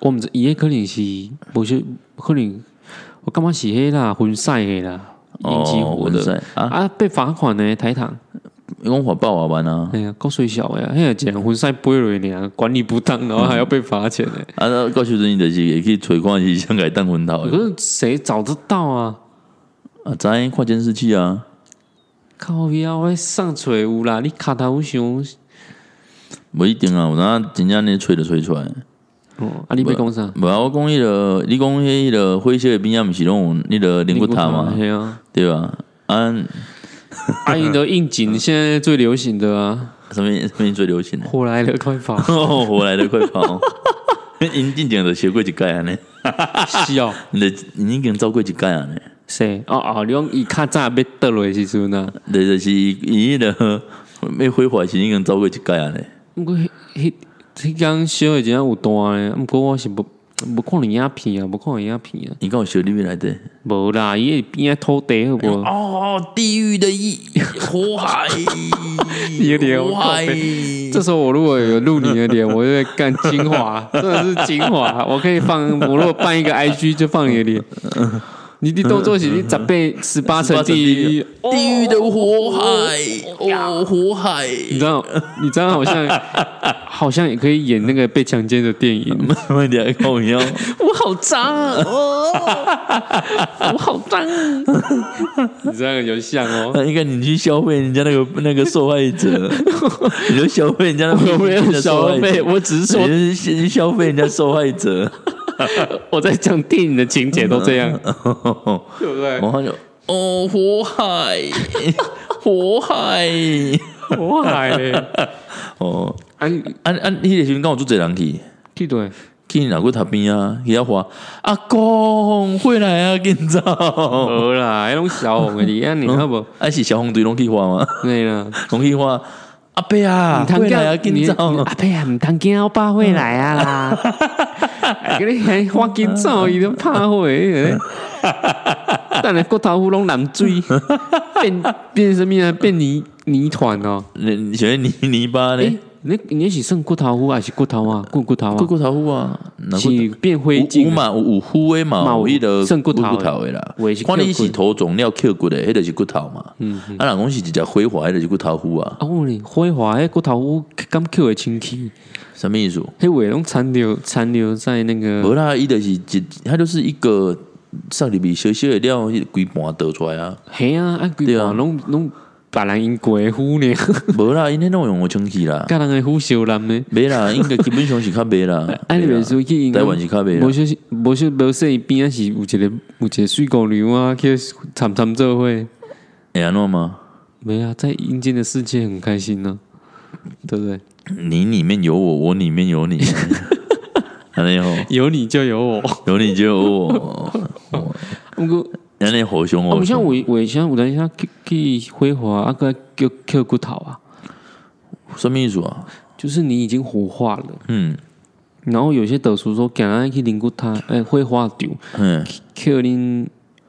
我毋知伊迄可能是无是可能，我感觉是迄啦，婚赛迄啦，引起哦，火文的赛啊，啊，被罚款呢，台糖，伊讲火爆啊玩啊，哎呀，够水小的呀，哎呀，讲婚赛背了呢，管理不当，然后还要被罚钱 呢，啊，到到时阵伊就是会去找看是香港当昏头可的，是谁找得到啊？啊，知道看监视器啊。靠呀，我上找有啦，你卡头想，无一定啊，有哪真正咧吹就吹出来。哦，啊，你被讲啥？无啊，我讲迄个，你讲迄个火烧的边仔毋是拢有迄个灵骨塔嘛，嘿 啊，对吧？啊，阿姨啊的应景现在最流行的 啊，什么什么最流行的？ 火来了，快跑！哦，我来的快跑！ 因进前就学过一届安尼，啊是哦，你就你已经走过一届安尼，是哦哦，你讲伊较早要倒落的时阵啊，对，就是伊伊个要挥霍的时候已经走过一届啊嘞。毋过迄迄迄工小的真正有单诶，毋过我是无无看到影片啊，无看到影片啊，你讲有小李来的？无啦，伊迄边仔土地好 无？哦，地狱的一火 海，有点火海靠。 这时候我如果有录你的脸，我就会干精 华，真的是精华。我可以放，我如果办一个 IG 就放你的脸。你的动作是你十倍嗯十八层地狱，地狱的火海，哦，火海。你知道？你知道好像好像也可以演那个被强奸的电影。 慢点跟我一样，我好脏啊！我好脏、你这样有像 哦。那应该你去消费人家那个那个受害者，你就消费人家那个我没有消受害费，者，我只是说你是去消费人家受害者。我在讲电影的情节都这 样， 然对不对？后就哦，火 海，火海。我海嘞，哦，啊，按按，迄个时阵敢有做侪人去，去对。去你老姑头边啊，去遐话阿公回来啊，紧走。无啦，迄拢小红诶，你啊你好无？啊是消防队拢去花吗？ 对啦，拢去花。阿伯啊，回来啊，紧你走。阿伯啊，毋通惊我爸会来啊 啦！哎给你还花紧走，伊都怕火。哎等下骨头糊拢淋 水，变变什么啊？变泥泥团哦！你你啊喜欢泥泥巴诶嘞？，你你是算骨头糊还是骨头啊？骨骨头骨啊？骨头骨啊，哪骨是变灰有有烬啊？嘛有有虎的嘛，嘛有有迄个算骨头的骨头的啦有的是。看你扣是骨嗯头肿了扣骨的，迄就是骨头嘛。啊，人讲是一只灰花，迄就是骨头虎啊啊，。我哩灰华迄骨头糊敢扣会清气，什么意思？迄话拢残留残留在那个无啦，伊就是一，它就是一个上里面小小的料，迄规盘倒出来 啊。嘿啊，啊，规对啊盘拢拢别人因过 呼呢， 无啦，因迄拢用我清气啦。甲人诶呼相难呢。没啦，应该基本上是较没 。啦啊，你没啦袂输去台湾是较没啦无。说是无说无说伊边仔是有一个有一个水姑娘啊，去参参做伙。会哎安怎吗？没啊，在阴间的世界很开心呢、对不对？你里面有我，我里面有 你。安尼吼，有你就有我。有你就有我。不过，安尼互相哦我互们像相。我我像有当下去去挥霍啊，个叫叫骨头啊，什么意思啊？就是你已经火化了，嗯然后有些特殊说，赶快去灵骨塔，诶、挥化掉，嗯，捡恁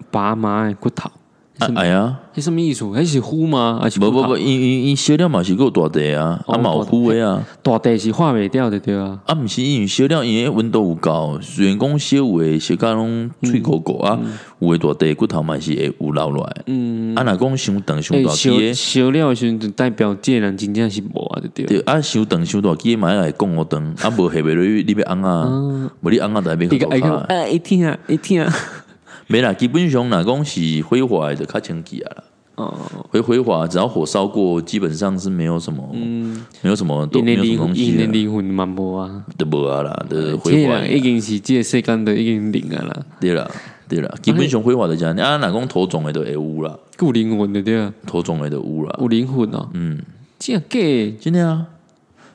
爸妈的骨头。啊哎呀，迄什么意思？迄是呼吗？还是无无不无，因因因小料嘛是够大地啊，啊哦嘛有虎的啊，大地是化袂掉的对啊。啊毋是因为小料因为温度有够，虽然讲小有的小甲拢脆糊糊啊，有的大地骨头嘛是会有留落来，嗯，啊若讲伤长伤诶，大烧只的，烧了的时阵，就代表这个人真正是无啊的对啊。对啊伤长伤大只的嘛要来讲我长，啊无下袂落去你要红啊，无你红啊台边一个哎个较啊，一听啊，一听啊。没啦，基本上若讲是挥霍的就较清气啊啦。哦，回挥火，只要火烧过，基本上是没有什么，没有什么都因没的有什么灵东魂，西因了的灵魂嘛无啊。都无啊啦，就是哎这挥个霍人已经是这个世间的已经灵啊啦，对啦，对啦，基本上挥霍的讲，啊，若讲头种的都会有啦，有灵魂的对啊，头种的都有啦。有灵魂哦。嗯，这假的真的啊，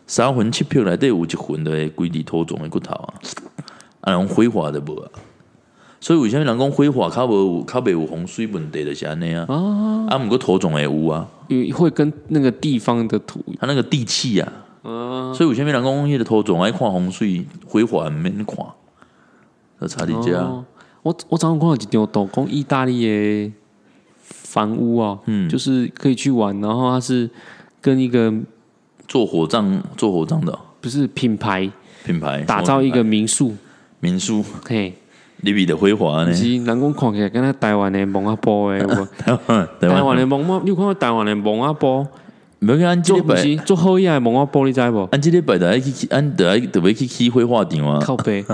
三魂七魄内底有一魂的规伫头种的骨头啊，啊，人挥霍的无啊。所以为什么人讲挥霍较无有较袂有洪水问题就是安尼啊？哦啊，毋过头种的有啊，有会跟那个地方的土它那个地气啊。哦所以为什么人讲迄个头种爱看洪水挥霍毋免看，就差伫啊遮。哦我我早上看到一张图，讲意大利的房屋啊，嗯，就是可以去玩，然后它是跟一个做火葬做火葬的不是品牌品牌，打造一个民宿，民宿，嘿，你比的辉煌呢不？ 是人讲看起来跟那台湾的蒙阿波的有无，台台湾湾，的蒙阿，你有看过台湾的蒙阿波，没跟按这做礼不拜，是做好一的蒙阿波，你知 无？按这礼拜的爱去按的爱特别去去绘画场啊，靠 背，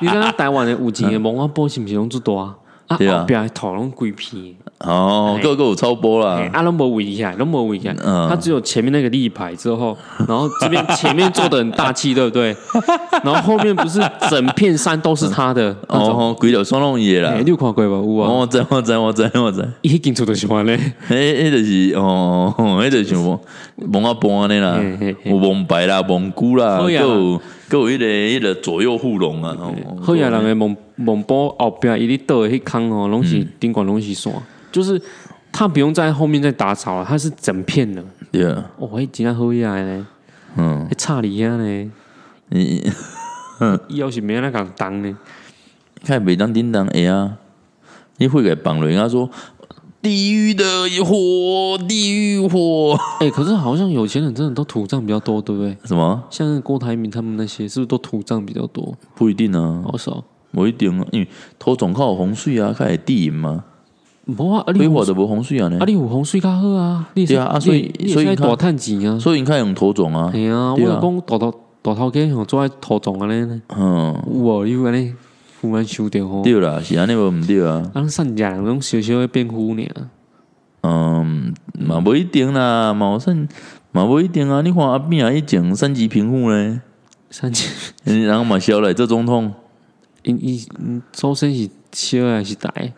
你知道台湾的有钱的蒙阿波是不是拢做大啊？啊，对啊后壁的头拢规片。哦，个个有超波哎啦，啊，拢无围起来，拢无围起来，嗯它只有前面那个立牌之后，然后这边前面做的很大气，对不 对？然后后面不是整片山都是他的那种，哦，鬼了双龙爷啦哦哎，，你有看过无？有啊，我知我知我知我知，伊经出的是欢嘞，迄迄就是哦， 哎迄就是蒙蒙阿波安尼啦嘿嘿，嘿有蒙白啦，蒙古啦，哎好还呀有各有迄个迄个左右互拢啊，哦好野人的蒙蒙波后边啊伊咧倒的迄坑吼，拢是顶管拢是线，就是他不用在后面再打草了，他是整片的。对啊，哦，迄真正好野的呢，嗯，迄差离啊呢，你以后是没那敢动呢。看袂当叮当会啊，你会给绑人家说地狱的火，地狱火 哎、可是好像有钱人真的都土葬比较多，对不对？什么像郭台铭他们那些，是不是都土葬比较多？不一定啊，好少。无一定啊，因为土种较有洪水啊，较会地银嘛，无啊，啊你规有划都无洪水啊呢啊，你有洪水较好啊，你也是对啊啊所以你也是所以在你看大趁钱啊。所以你看用土种啊哎，呀，我对啊有讲大头大头家像做在土葬安尼呢，嗯，有哦，你有安尼忽然收着吼，啊，对啦，是安尼无毋对啊，咱善假人拢小小的变虎尔，嗯，嘛无一定啦，嘛有算嘛无一定啊，你看阿扁啊，以前三级贫户呢，善假然后嘛小来做总统， 因伊周身是小的还是大的？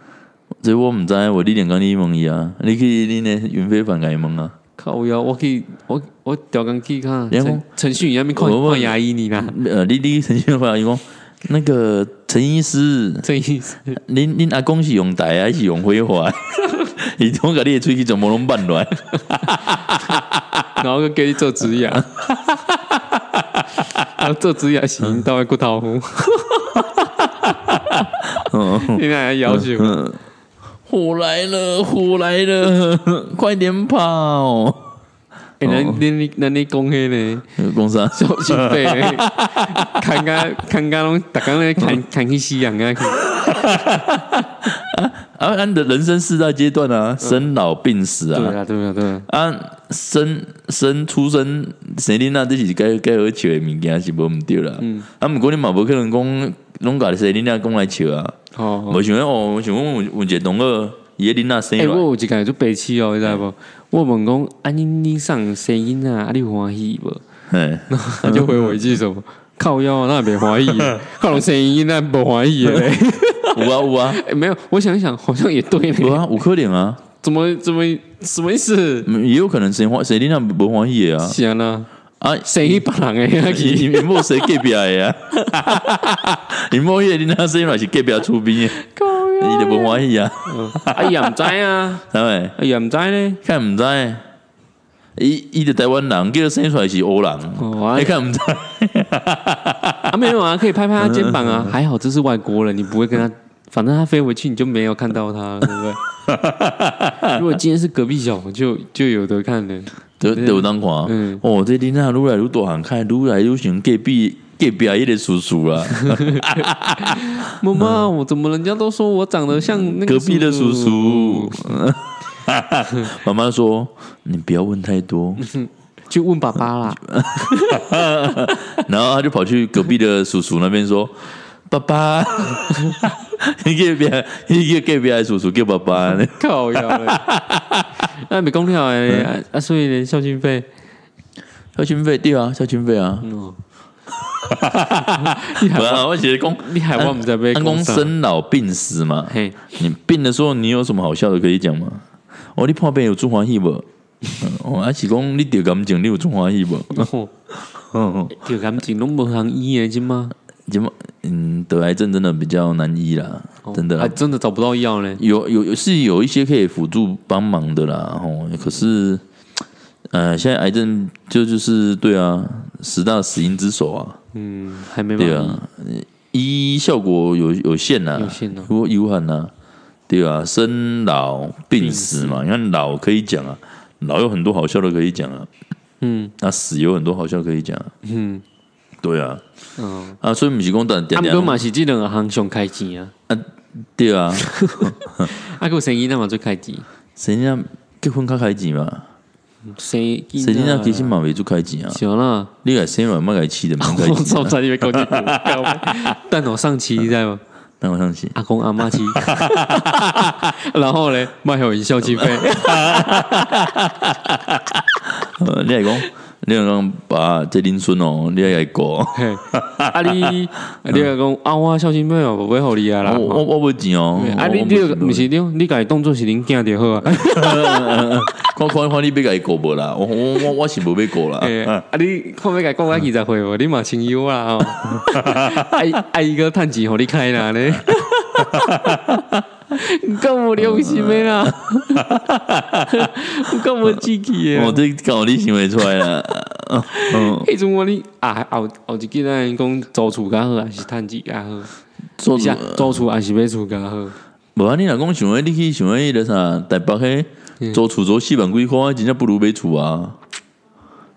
这我毋知，我你连讲你问伊啊，你去你呢云飞凡甲伊问啊，靠呀，我去我我调工去看然后陈陈旭宇那边看我问看牙医你啦，呃，你你陈先凡伊讲。那个陈医师， 这意思。恁恁阿公是用台还是用辉煌？ 伊总甲你的喙齿全部拢放落来。然后就给你做指甲， 然后做指甲行到骨头嗯糊，你那还要求？嗯火来了，火来了， 快点跑！哎，那哦那你那你讲迄呢？公司啊做心肺， 看家看家拢，大家咧看看去西洋啊， 啊，按的人生四大阶段啊，生老病死对啊，啊对啊对啊，啊，生生出生生囡仔，这是该该好笑的物件是无毋对啦。啊，毋过你嘛无可能讲拢甲生囡仔讲来笑啊，哦。无想要哦，我想讲有有一个同学伊的囡仔生哎，我落来，有一个就白痴哦，你知无？我问讲，啊你你上声音啊，啊你有欢喜 无？哎，他就回我一句什么？靠腰啊，那也没欢 喜，靠拢声音那不欢喜 嘞。有啊有啊哎，没有，我想一想，好像也对呢。 有啊，有可能啊，怎么怎么什么意思？嗯也有可能生欢生囡仔无欢喜的 啊，是啊呐，啊，生意别人诶，去伊伊某谁隔壁的啊？ 伊某迄个恁阿啊生嘛是隔壁厝边的， 靠呀！伊就无欢喜啊，哎呀，唔知啊，知咪？哎呀，唔知呢。看毋知，伊伊就台湾人，叫生出来是欧人，哦，啊你看毋知？啊，没有啊，可 以拍拍他肩膀嗯啊。还好这是外国人，你不会跟他，反正他飞回去你就没有看到他 了，对不对？如果今天是隔壁小，就就有得看了。就就有当看，嗯哦，这恁阿愈来愈大汉，看愈来愈像隔壁隔壁迄个叔叔啊啦，妈妈，我怎么人家都说我长得像那嗯个隔壁的叔叔？。嗯妈妈说：“你不要问太 多。去问爸爸 啦。”然后他就跑去隔壁的叔叔那边说：“ 爸爸，你隔壁，你隔壁的叔叔叫爸爸。”靠腰嘞，啊，没讲了诶，嗯啊啊，所以呢，孝心费，校军费对啊，校军费啊，嗯，你不还啊然我写公你还忘不在被安公啥，生老病死嘛。嘿，你病的时候，你有什么好笑的可以讲吗？哦，你破病有中欢喜不？ 嗯哦，还是讲你得感情，你有中欢喜不？哦嗯，就感情拢无通医诶，真吗？怎么？嗯，得癌症真的比较难医啦，真的啦啊，真的找不到药嘞。有有有是有一些可以辅助帮忙的啦，哦，可是，呃，现在癌症就就是对啊，十大死因之首啊，嗯，还没办对法。啊，医效果有有限呐、有限啊有有限呐、对啊，生老病死嘛，你看老可以讲啊，老有很多好笑的可以讲啊，嗯那死有很多好笑可以讲、啊，嗯对啊，嗯，啊，所以不是讲等啊，点毋过点，嘛是即两个行上开钱啊，对啊，啊，有生囡仔嘛最开钱，谁家结婚较开钱嘛，生囡谁家啊其实嘛，嘛未做开钱啊，行啦，你来生嘛莫该气的，莫该我气， 操，在你边搞这个，但我上期你知道吗？但我相信，阿公阿妈去， 然后嘞， 卖给我一校气费，呃，你来讲，你若讲爸，这恁孙哦，你也顾哦，嘿，啊你，啊你若讲啊，我孝心妹哦，无要互你 啊啦。我我我无钱哦嘿，啊我你我你没就钱毋是你，你家己当做是恁囝就好啊。看看看你要甲伊顾无啦，我我我我是无要 顾啦，嘿啊你看要家讲啊二十岁无，你嘛清优啊吼。 爱爱哥趁钱互你 开啦咧。你够无良心的 啦！你够无志气的啦哦，。这搞你想会出来啊啦， 嗯，迄阵我你啊，后后一记咱讲租厝较好，还是趁钱较好？做一下租厝还是买厝较好？无啊，你若讲想要你去想要迄个啥，台北迄租厝租四万几箍，真正不如买厝啊。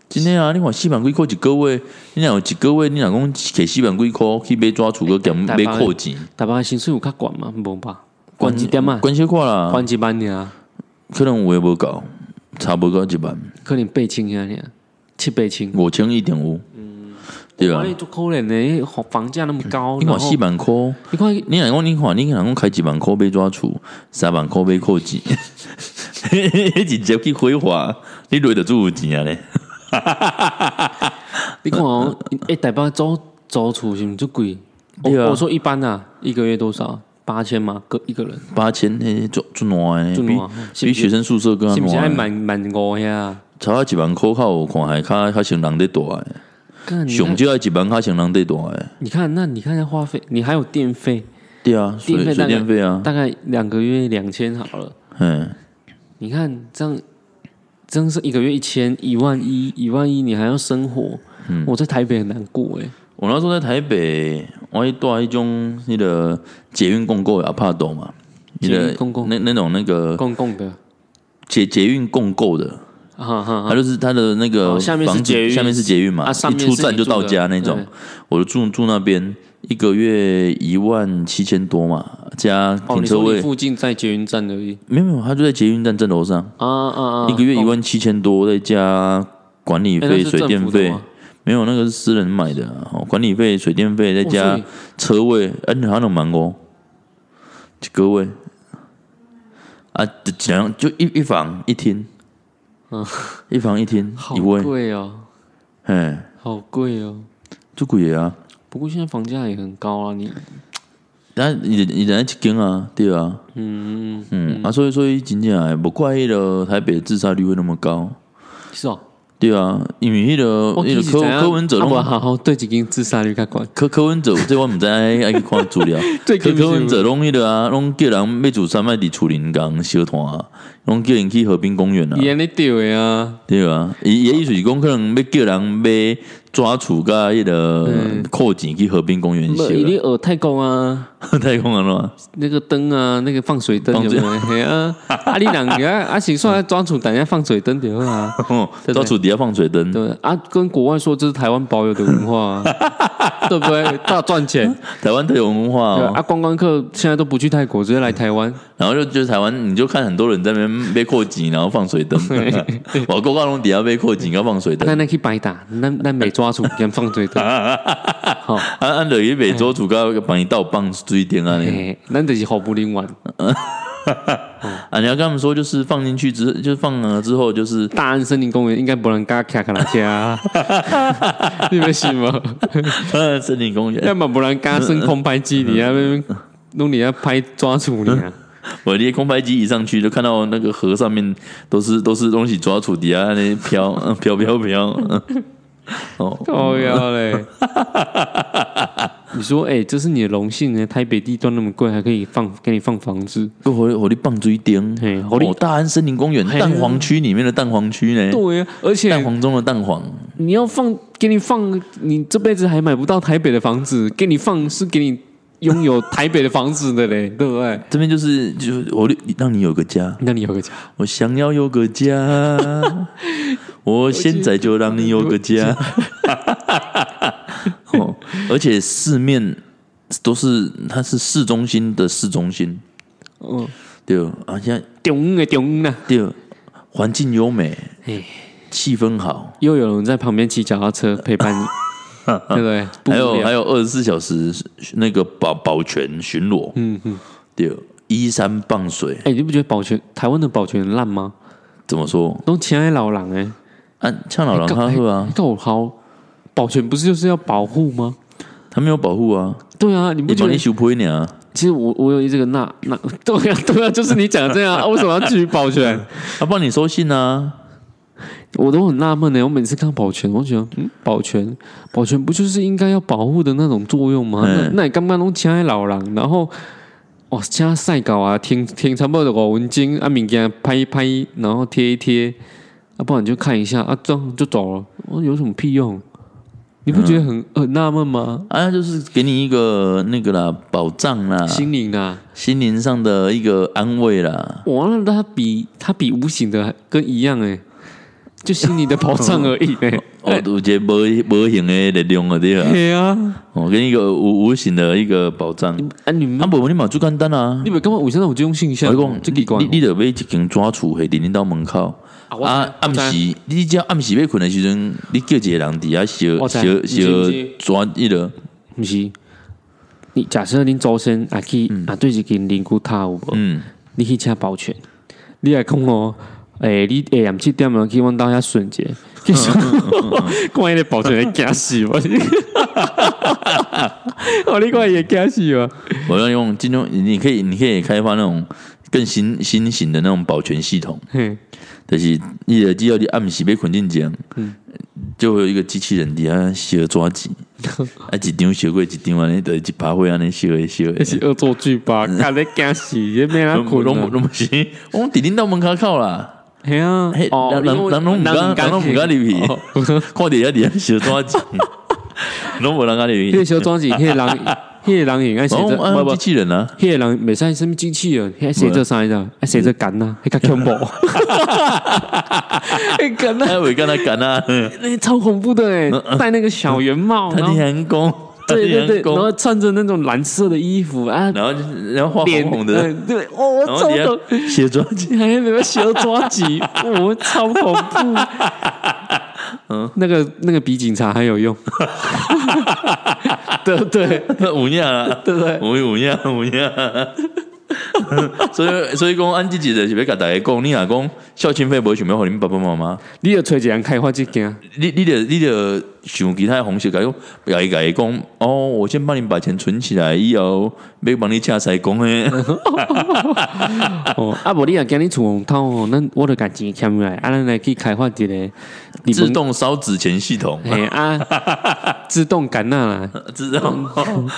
真诶啊，你看四万几箍一个月，你若有一个月，你若讲摕四万几箍去买纸厝个兼台买北的扣钱，台北的薪水有较悬嘛？无吧？悬一点啊？关小看啦，悬一万尔，可能有诶无够，差无到一万，可能八千遐尔，七八千。五千一定有，对哇啊你。足可怜的，房房价那么高，你然看后四万箍，你看你若讲你看你若讲开一万箍买纸厝，三万箍买扣钱， 直接去挥霍，你累着住有钱啊咧。你看哦，哎，台北租租厝是毋是足贵？我嗯对啊我说一般啊，一个月多少？八千嘛，个一个人，八千嘿，做做暖很烂比比学生宿舍更是毋是爱暖，万万五遐？啊差不多一万块较有看还较较像人在住诶，干你看上少要一万较像人在住诶。你看，那你看下花费，你还有电费，对啊，水电水费大概电费啊，大概两个月两千好了。嗯，你看这样，真是一个月一千，一万一，一万一，你还要生活。嗯我在台北很难过哎、我那时候在台北，我去住迄种那个捷运共购的阿帕斗嘛，那捷个运共购那那种那个公共的，啊捷捷运共购的，哈哈它哈。就是它的那个哦下面是房子捷运下面是捷运嘛，啊上一面出是站你就住到的家那种对。我就住住那边，一个月一万七千多嘛，加哦，停你车说你位。附近在捷运站而已没有没有，他就在捷运站正楼上，啊啊啊！一个月一公万七千多，再加管理哎那费、是水政电府的费吗。没有，那个是私人买的啊、哦，管理费、水电费再哦加所以车位，哎、你还能蛮哦，一个位啊，就几人就一一房一厅，一房一厅嗯好一位，贵哦，哎，好贵哦。就贵的啊，不过现在房价也很高啊，你但啊你你人家一间啊，对啊，嗯嗯啊，所以所以真正的不怪迄个台北自杀率会那么高，是哦。对啊，因为迄、个我迄其个实柯知影柯文哲啊啊拢无好好对一间自杀率较悬。柯柯文哲，这我毋知爱爱去看资料。 最柯近柯文是哲拢迄个啊，拢叫人要自三麦伫厝林共小摊啊，拢叫人去河滨公园啊伊，安尼钓的啊，对啊。伊伊的意思是讲，可能要叫人买抓厝甲迄嗯个扣钱去河滨公园烧无伊咧学泰国啊，啊。 太空啊，那个灯啊，那个放水灯放有水没有？嘿啊，啊你人个啊是算抓住，等下放水灯就好啊。哦 对抓厝底下放水灯，对啊，跟国外说这是台湾保有的文化、啊， 对不对？大赚钱，台湾特有文化对吧哦。啊，观光客现在都不去泰国，直接来台湾。然后就就台湾，你就看很多人在那边买扣钱，然后放水 灯。 我国高拢底下买扣钱，跟放水灯那。那啊去白打，那那没抓住，给人放嘴 的。好，啊，按落去卖做主角帮伊倒放水电啊，尼嘿咱就是好不灵玩。啊，你要跟他们说，就是放进去之，就是放了之后， 就是大安森林公园应该不能嘎卡卡拉加， 你们信吗？呃森林公园要，么不能嘎升空拍机，嗯你要弄你要拍抓住你啊！我那些空拍机一上去，就看到那个河上面都是都是东西抓土底下那飘 嗯飘飘飘， 嗯哦，靠腰 嘞！你说，哎、这是你的荣幸呢，台北地段那么贵，还可以放给你放房子。我我的棒追丁，嘿给你哦，大安森林公园嘿蛋黄区里面的蛋黄区呢，对啊，而蛋且黄中的蛋黄，你要放，给你放，你这辈子还买不到台北的房子，给你放是给你拥有台北的房子的嘞，对不对？这边就是就是我让你有个家，那你有个家，我想要有个 家，我现在就让你有个家。 哦，而且四面都是，它是市中心的市中心，嗯，对哦，而且中的中呢，对哦，环境优美嘿，气氛好，又有人在旁边骑脚踏车 陪伴你，对不对？不无还有聊还有二十四小时那个保保全巡逻，嗯嗯，对哦，依山傍水，哎、你不觉得保全台湾的保全很烂吗？怎么说？都请的老人哎、啊，呛老人较好啊，够好，保全不是就是要保护吗？他没有保护啊，对啊，你不你觉帮得你？修破你啊，其实我我有一这个那那 对啊对啊，就是你讲的这样啊，为什么要去保全？他帮你收信啊，我都很纳闷呢。我每次看保全，我就觉得嗯，保全保全不就是应该要保护的那种作用吗？那嗯那你刚刚都请的老人，然后哇，请晒稿啊，听听差不多五文经啊，物件拍一拍，然后贴一贴，啊，不然你就看一下啊，这样就走了，我有什么屁用？你不觉得很很纳闷吗？啊，就是给你一个那个啦，保障啦，心灵啊，心灵上的一个安慰啦。哇，那他比他比无形的还跟一样哎、就心理的保障 而已哎、哦，有一个无无形的力量啊，对啊， 对啊，哦，给你一个无无形的一个保障。啊你们啊，无你嘛最简单啊，你们干嘛有啥那种这种现象？我讲这奇怪哦你，你得要一间纸厝下伫恁兜门口。啊我啊，暗知我知时你只要暗时要困的时阵，你叫一个人伫遐我烧烧知你知不知烧纸迄落，不是？你假设恁祖先啊去啊对一间灵骨塔有无？嗯，你去请保全，你来讲哦。诶、你下暗七点了，去阮兜遐顺者，去 想，看迄个保全会惊死我。 哦，你看伊会惊死我。我要用这种，你可以你可以开发那种更新新型的那种保全系统，嘿，就是你的只要你暗时要困进前，嗯就会有一个机器人伫遐烧 纸纸，啊一张烧过一张安尼，就是一把火安尼烧的烧的那。 是恶作 剧吧？干咧惊死，也没人拢困拢啊。拢不是，我伫恁兜门口口啦，嘿啊嘿，，哦人人人拢毋敢，人拢毋敢入去。哦 看底下底下小抓 子，拢无人家里迄个面。小庄子，迄个人，迄个人应该写哦，着，啊不不机，器人 啊，迄个人袂使什么机器人，迄写着啥你知道？啊写着干呐，迄个恐怖，迄干呐，哎，我跟他干啊，那超恐怖的哎，戴那个小圆帽，他然后天很攻，他对对天对很，然攻，后穿着那种蓝色的衣服啊，然后就是然后画脸红红的，嗯对，哦，我然超后底懂。下写抓子，还没有小抓急，我超恐怖。嗯，那个那个比警察还有用，对不对？五样啊， 对 不对？五五样五样。所以，所以讲，安吉姐就是要甲大家讲，你若讲孝亲费无想要互恁爸爸妈妈，你要找一个人开发这件，你、你得、你得想其他的方式，甲伊讲，甲伊甲伊讲，哦，我先帮你把钱存起来，以后要帮你请西公诶。哦，啊，无你若今日厝红偷哦，咱我就把钱欠下来，啊，咱来去开发一个你自动烧纸钱系统， 嘿啊，自动感染啦，，自动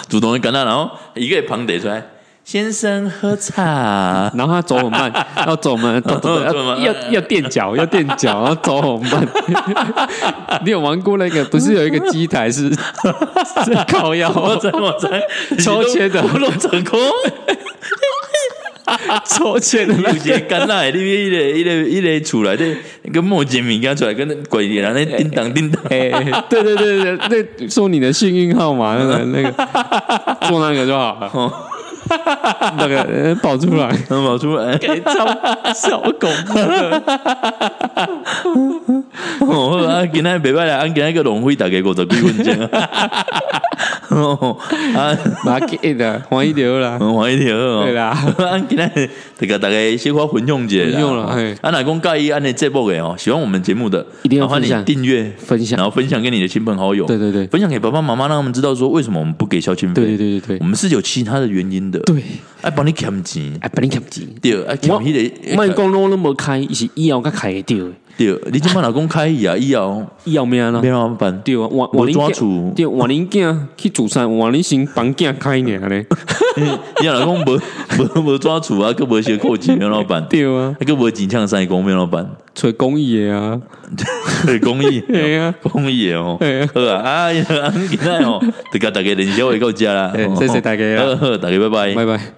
主动的感染，然后哦一个旁逮出来，先生喝茶 然后他走很慢， 要走慢，走走哦走很要慢要要垫脚，要垫脚，然后走很慢。 你有玩过那个？不是有一个机台是是靠腰，我在我在抽签的我弄成功，抽签的那有些感染的，你一个一个一个出来的那个墨镜饼干出来，跟那鬼脸然后那叮当叮当， 哎、对对对对，那说你的幸运号码那个那个，做那个就好了。哦那个呃跑出来，然后跑出 来，超小恐怖的， 哦，好啊，今天袂歹啦，啊，今天个浪费大概五十几分钟 啊，哦，啊，马给的黄啊一流啦，很怀念哦，对啦 啊，今天这个大概小可混用一下啦混用啦嘿啊，哪公介意按的这部的哦，喜欢我们节目的，一定要麻烦分享你订阅，分享然，后分享给你的亲朋好友，对对对分享给爸爸妈妈，让他们知道说为什么我们不给孝亲费，对对对对我对们是有其他的原因的，对，爱帮你砍钱，哎，把你捡钱。对，爱我砍迄个，卖讲拢拢无开，伊是以后才开会着的，对，你今帮老公开伊啊，以后以后咩啦别？让我们办，对啊，换我换恁抓囝住对换恁囝去自山，换恁先房囝开尔咧，你老公无无无抓住啊，个无学扣钱，别让我办， 对啊，个无钱呛三公，别让我 办，找公益的啊，对，公益。嘿啊，公益的哦，嘿好啊，啊，今仔哦，就甲大家联系会到遮啦嘿，谢谢大家好啊好，大家拜拜拜。拜。